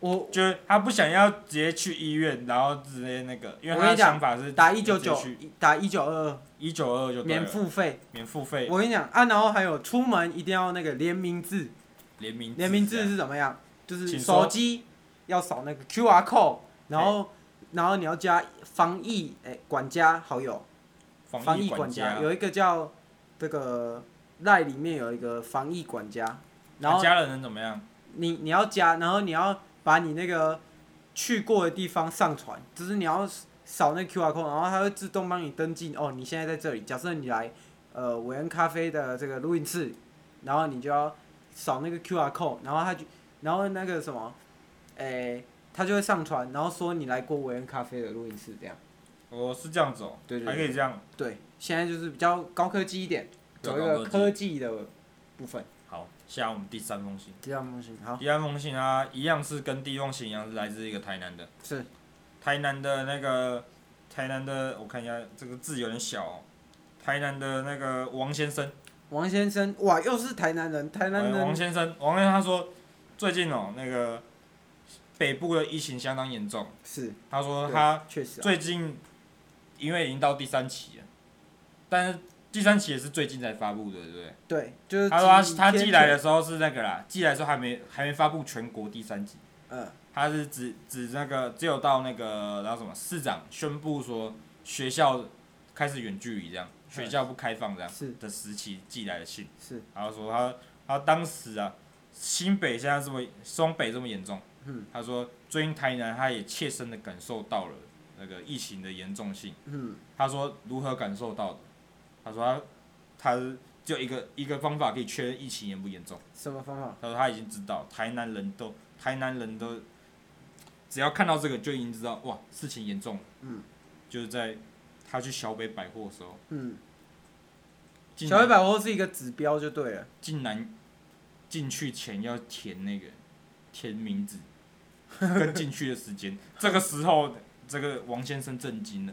S3: 我
S1: 就是他不想要直接去医院，然后直接那个，因为
S3: 我
S1: 他
S3: 跟
S1: 的
S3: 你讲
S1: 想法是
S3: 打一九九，打一九二
S1: 一九二就对了
S3: 二
S1: 哎
S3: 免付费。
S1: 免付费
S3: 我跟你讲啊，然后还有出门一定要那个联名字，
S1: 联名
S3: 联名
S1: 这
S3: 字
S1: 样
S3: 是怎么样？就是
S1: 请
S3: 手
S1: 说
S3: 机要扫那个 QR code，然
S1: 哎
S3: 后然后你要加防疫哎、管家好友，防
S1: 防
S3: 疫
S1: 疫
S3: 管
S1: 家，
S3: 有一个叫这个赖里面有一个防疫管家，然
S1: 啊
S3: 后
S1: 家人能怎么样？
S3: 你你要加，然后你要把你那个去过的地方上传，就是你要扫那 QR code，然后它会自动帮你登记。哦，你现在在这里，假设你来呃韦恩咖啡的这个录音室，然后你就要扫那个 QR code，然后它就然后那个什么，诶、它就会上传，然后说你来过韦恩咖啡的录音室这样。
S1: 我是这样子哦，
S3: 对对对
S1: 还可以这样。
S3: 对，现在就是比较高科技一点，
S1: 比较
S3: 走一
S1: 高
S3: 个
S1: 科技
S3: 科技的部分。
S1: 好，下我们第三封信。
S3: 第二封信，好
S1: 第三封信啊，一样是跟第一封信一样，是来自一个台南的，
S3: 是
S1: 台南的那个台南的，我看一下这个字有点小、哦，台南的那个王先生，
S3: 王先生，哇，又是台南人，台南
S1: 呃王
S3: 人
S1: 先生，王先生他说最近哦那个北部的疫情相当严重，
S3: 是
S1: 他说
S3: 对
S1: 他
S3: 确实啊、
S1: 最近因为已经到第三期了，但是第三期也是最近才发布的，对不对？
S3: 对，就是
S1: 他说他
S3: 几
S1: 他
S3: 天
S1: 寄来的时候是那个啦，寄来的时候还没还没发布全国第三级，
S3: 前，嗯，
S1: 他是指指那个只有到那个然后什么市长宣布说学校开始远距离这样，
S3: 嗯
S1: 学校不开放这样
S3: 是
S1: 的时期寄来的信，
S3: 是，
S1: 然后说他他当时啊新北现在这么双北这么严重，
S3: 嗯
S1: 他说最近台南他也切身的感受到了那个疫情的严重性。
S3: 嗯，
S1: 他说如何感受到的？他说他他只有一个一个方法可以确认疫情严不严重。
S3: 什么方法？
S1: 他说他已经知道，台南人都台南人都只要看到这个就已经知道哇事情严重。
S3: 嗯，
S1: 就是在他去小北百货的时候，
S3: 嗯，
S1: 竟
S3: 小黑
S1: 然
S3: 百货是一个指标就对了，
S1: 竟然进去前要填那个填名字跟进去的时间，这个时候这个王先生震惊了。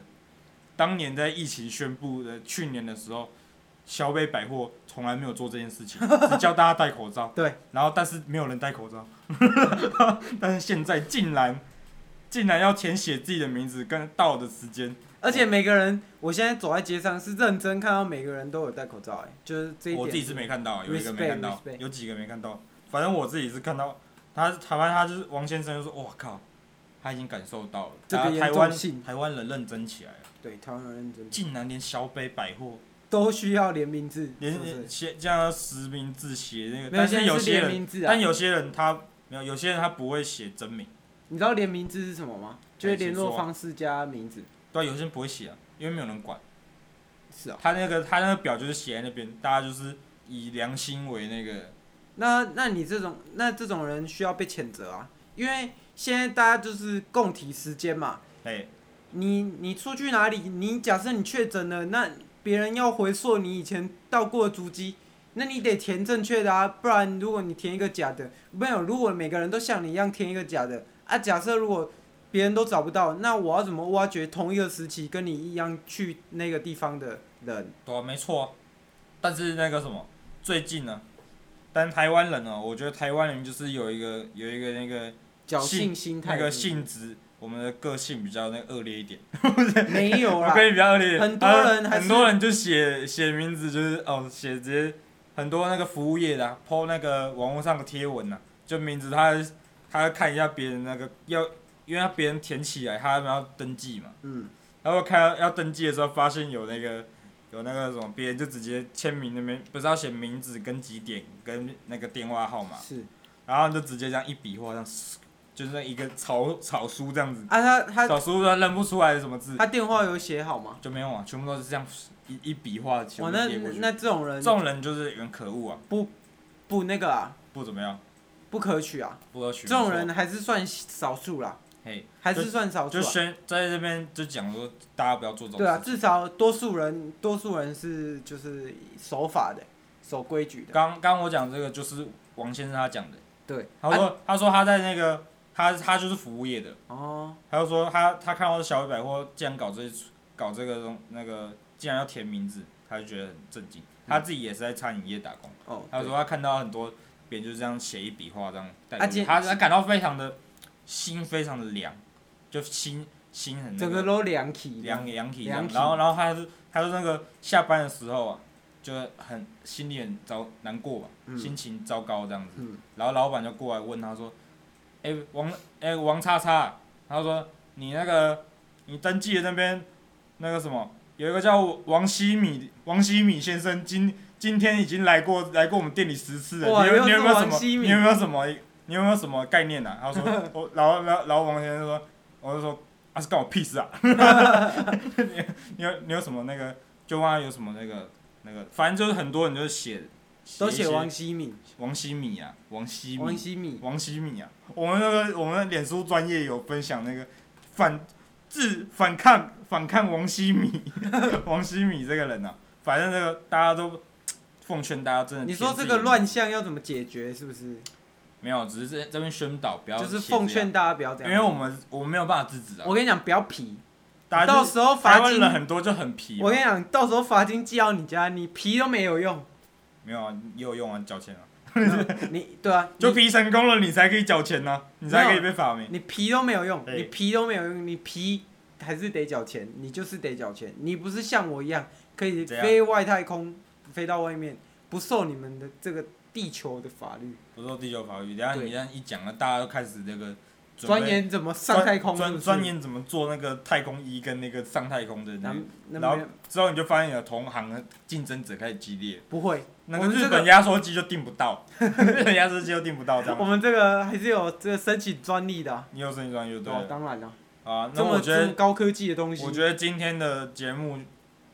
S1: 当年在疫情宣布的去年的时候，小北百货从来没有做这件事情，只叫大家戴口罩。
S3: 对，
S1: 然后但是没有人戴口罩，但是现在竟然竟然要填写自己的名字跟到的时间，
S3: 而且每个人，我现在走在街上是认真看到每个人都有戴口罩、哎，就是这一点，
S1: 我自己是没看到，有一个没看到
S3: respect，respect，
S1: 有几个没看到，反正我自己是看到，他台湾他就是王先生就说，哇靠，他已经感受到了，
S3: 这个
S1: 大家台
S3: 严重性
S1: 湾台湾人认真起来了，
S3: 对台湾人认真，
S1: 竟然连小北百货
S3: 都需要联名字，是
S1: 连
S3: 不
S1: 连
S3: 是？
S1: 写这样实名制写那个，
S3: 没有，
S1: 但
S3: 现
S1: 是
S3: 在
S1: 有
S3: 是
S1: 些
S3: 联
S1: 人，
S3: 名字啊
S1: 但。有些人他没有，有些人他不会写真名，
S3: 你知道联名字是什么吗？就是联
S1: 请
S3: 络
S1: 说
S3: 方式加名字。
S1: 对啊，有些人不会写啊，因为没有人管，
S3: 是啊，
S1: 他那个他那个表就是写在那边，大家就是以良心为那个，
S3: 那那你这种那这种人需要被谴责啊，因为现在大家就是共体时间嘛，
S1: 哎，
S3: 你你出去哪里？你假设你确诊了，那别人要回溯你以前到过的足迹，那你得填正确的啊，不然如果你填一个假的，没有，如果每个人都像你一样填一个假的啊，假设如果别人都找不到，那我要怎么挖掘同一个时期跟你一样去那个地方的人？
S1: 对、啊，没错啊、但是那个什么，最近呢、但台湾人呢、我觉得台湾人就是有一个有一个那个
S3: 侥幸心
S1: 那
S3: 态是不
S1: 个
S3: 是
S1: 性质，我们的个性比较那个恶劣一点，
S3: 没有
S1: 我
S3: 啦，
S1: 跟你比较恶劣一点。
S3: 很多人
S1: 啊
S3: 还是
S1: 很多人就写写名字，就是哦写直接很多那个服务业的、啊、，po 那个网络上的贴文呐、啊就名字他他看一下别人那个要，因为他别人填起来，他们要登记嘛。
S3: 嗯，
S1: 然后看到要登记的时候，发现有那个有那个什么，别人就直接签名那边不是要写名字跟几点跟那个电话号码，
S3: 是
S1: 然后就直接这样一笔画，这样嘶就是那一个草草书这样子，
S3: 啊，他他
S1: 草书都认不出来是什么字，
S3: 他电话有写好吗？
S1: 就没有啊，全部都是这样一一笔画全
S3: 哇，
S1: 部
S3: 那
S1: 列过去。
S3: 哦那这种
S1: 这
S3: 人
S1: 种人就是很可恶啊，
S3: 不那个啊，
S1: 不怎么样，
S3: 不可取啊，
S1: 不可取。
S3: 这种
S1: 没错
S3: 人，还是算少数啦，
S1: 嘿，
S3: 还是算少数、
S1: 就
S3: 啊。
S1: 宣在这边就讲说，大家不要做这种
S3: 对啊，
S1: 事情。
S3: 至少多数人多数人是就是守法的，守规矩的。
S1: 刚刚我讲这个就是王先生他讲的，
S3: 对，
S1: 他
S3: 啊
S1: 说、他说他在那个他他就是服务业的，
S3: 哦，
S1: 他就说他他看到小北百货竟然搞这搞这个东那个竟然要填名字，他就觉得很震惊。他自己也是在餐饮业打工，
S3: 哦，
S1: 他说他看到很多别人就这样写一笔画这样带过
S3: 啊
S1: 去，
S3: 今
S1: 他他感到非常的心非常的凉，就心心很
S3: 对
S1: 那
S3: 整个
S1: 个
S3: 都凉起，
S1: 凉凉体这样。
S3: 凉体
S1: 然后然后他是他说那个下班的时候啊，就很心里很糟难过嘛，
S3: 嗯
S1: 心情糟糕这样子。
S3: 嗯
S1: 然后老板就过来问他说：“哎、王哎、王叉叉，他说你那个你登记的那边那个什么，有一个叫王希米王希米先生，今今天已经来过来过我们店里十次了，
S3: 哇
S1: 你有
S3: 又
S1: 你
S3: 是
S1: 有没有什
S3: 王
S1: 么
S3: 希米
S1: 你有没有什么你有没有什么概念呢、啊？”他 说：“我然后然后然后王先生说，我就说啊是干我屁事啊， 你你有你有什么那个就问他有什么那个那个，反正就是很多人就是写
S3: 都
S1: 一
S3: 写
S1: 些
S3: 王希敏，
S1: 王希米啊，王希
S3: 王
S1: 米，
S3: 希敏，
S1: 王希米啊，我们那个我们的脸书专业有分享那个反自反抗反抗王希米， 王希米这个人啊，反正那个大家都奉劝大家真的，
S3: 你说这个乱象要怎么解决？是不是？
S1: 没有，只是这这边宣导不要
S3: 就是
S1: 写这样
S3: 奉劝，大家不要这
S1: 因为
S3: 样。
S1: 我们我们没有办法制止啊
S3: 我，跟你讲，不要皮，
S1: 大家
S3: 到
S1: 就是
S3: 时候
S1: 台
S3: 罚
S1: 湾
S3: 金，
S1: 人很多就很皮嘛，
S3: 我跟你讲，到时候罚金寄到你家，你皮都没有用。
S1: 没有啊，也有用啊，交钱啊，
S3: 你对啊，
S1: 就
S3: 你
S1: 皮成功了你才可以缴钱呢、你才可以被罚没？
S3: 你皮都没有用，
S1: 哎
S3: 你皮都没有用，你皮还是得缴钱，你就是得缴钱，你不是像我一样可以
S1: 怎样
S3: 飞外太空，飞到外面，不受你们的这个地球的法律。
S1: 不受地球法律，等一下
S3: 对
S1: 你这样一讲了，大家都开始那个准备
S3: 钻研怎么上太空
S1: 钻
S3: 是不是
S1: 钻，研怎么做那个太空衣跟那个上太空的那
S3: 然
S1: 个
S3: 后，那
S1: 然后
S3: 没有
S1: 之后你就发现你的同行的竞争者开始激烈，
S3: 不会，
S1: 那
S3: 我
S1: 个
S3: 们
S1: 日
S3: 这个
S1: 本压缩机就订不到， 日本压缩机就订不到这
S3: 我
S1: 样。
S3: 们这个还是有这个申请专利的啊、
S1: 你有申请专业就对
S3: 对啊，
S1: 了
S3: 当然了，
S1: 啊。
S3: 这
S1: 那
S3: 么
S1: 我觉
S3: 这么
S1: 得，
S3: 高科技的东西，
S1: 我觉得今天的节目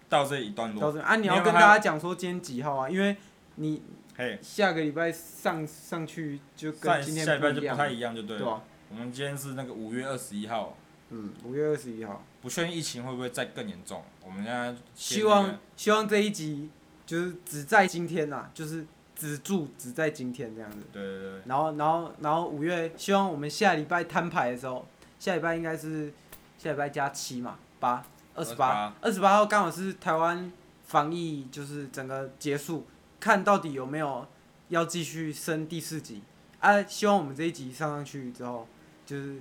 S1: 到这一段
S3: 到
S1: 落。
S3: 这啊，你
S1: 你
S3: 要
S1: 有
S3: 跟
S1: 没
S3: 大
S1: 有
S3: 家讲说今天几号啊，因为你
S1: 嘿，
S3: 下个礼拜上上去就
S1: 上
S3: 跟今天
S1: 下一拜
S3: 不
S1: 就
S3: 一样
S1: 不太一样就对
S3: 对啊
S1: 了。
S3: 吧？
S1: 我们今天是那个五月二十一号，
S3: 嗯，五月二十一号。
S1: 不确定疫情会不会再更严重。我们现在先
S3: 希
S1: 那
S3: 望
S1: 个
S3: 希望这一集就是只在今天呐、就是只住只在今天这样子。
S1: 对对对。
S3: 然后然后然后五月，希望我们下礼拜摊牌的时候，下礼拜应该是下礼拜加七嘛，八二十八，二十八号刚好是台湾防疫就是整个结束，看到底有没有要继续升第四级啊？希望我们这一集上上去之后，就是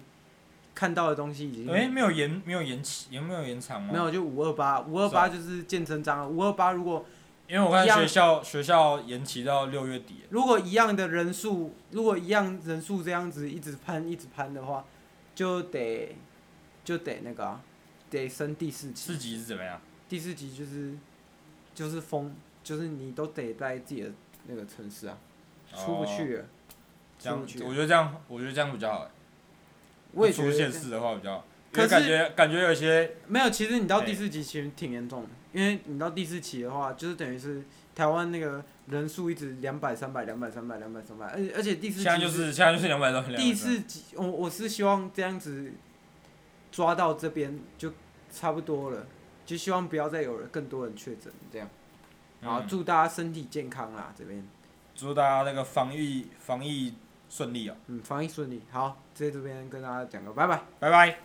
S3: 看到的东西已经
S1: 哎、没有延，没有延期，有没有延长吗？
S3: 没有，就五二八，五二八就是啊见真章了。五二八如果
S1: 因为我看
S3: 一样
S1: 学校学校延期到六月底，
S3: 如果一样的人数，如果一样人数这样子一直攀一直攀的话，就得就得那个啊、得升第四
S1: 四
S3: 级。
S1: 级是怎么样？
S3: 第四级就是就是封，就是你都得在自己的那个城市啊，出不
S1: 哦，
S3: 去了。
S1: 这样
S3: 出不去
S1: 我觉得这样，我觉得这样比较好。
S3: 我也觉
S1: 出现
S3: 得
S1: 事的话比较好，
S3: 可
S1: 因为
S3: 是
S1: 感觉感觉有些
S3: 没有，其实你到
S1: 哎
S3: 第四级其实挺严重的，因为你到第四期的话，就是等于是台湾那个人数一直两百、三百、两百、三百、两百、三百，而且而且第四
S1: 现
S3: 期
S1: 在就是现在就是两百多，
S3: 第
S1: 200多
S3: 四集，我我是希望这样子抓到这边就差不多了，就希望不要再有人更多人确诊这样。然后
S1: 嗯
S3: 祝大家身体健康啦，这边
S1: 祝大家那个防疫防疫顺利哦，
S3: 嗯防疫顺利。好，在这边跟大家讲个拜拜。
S1: 拜拜。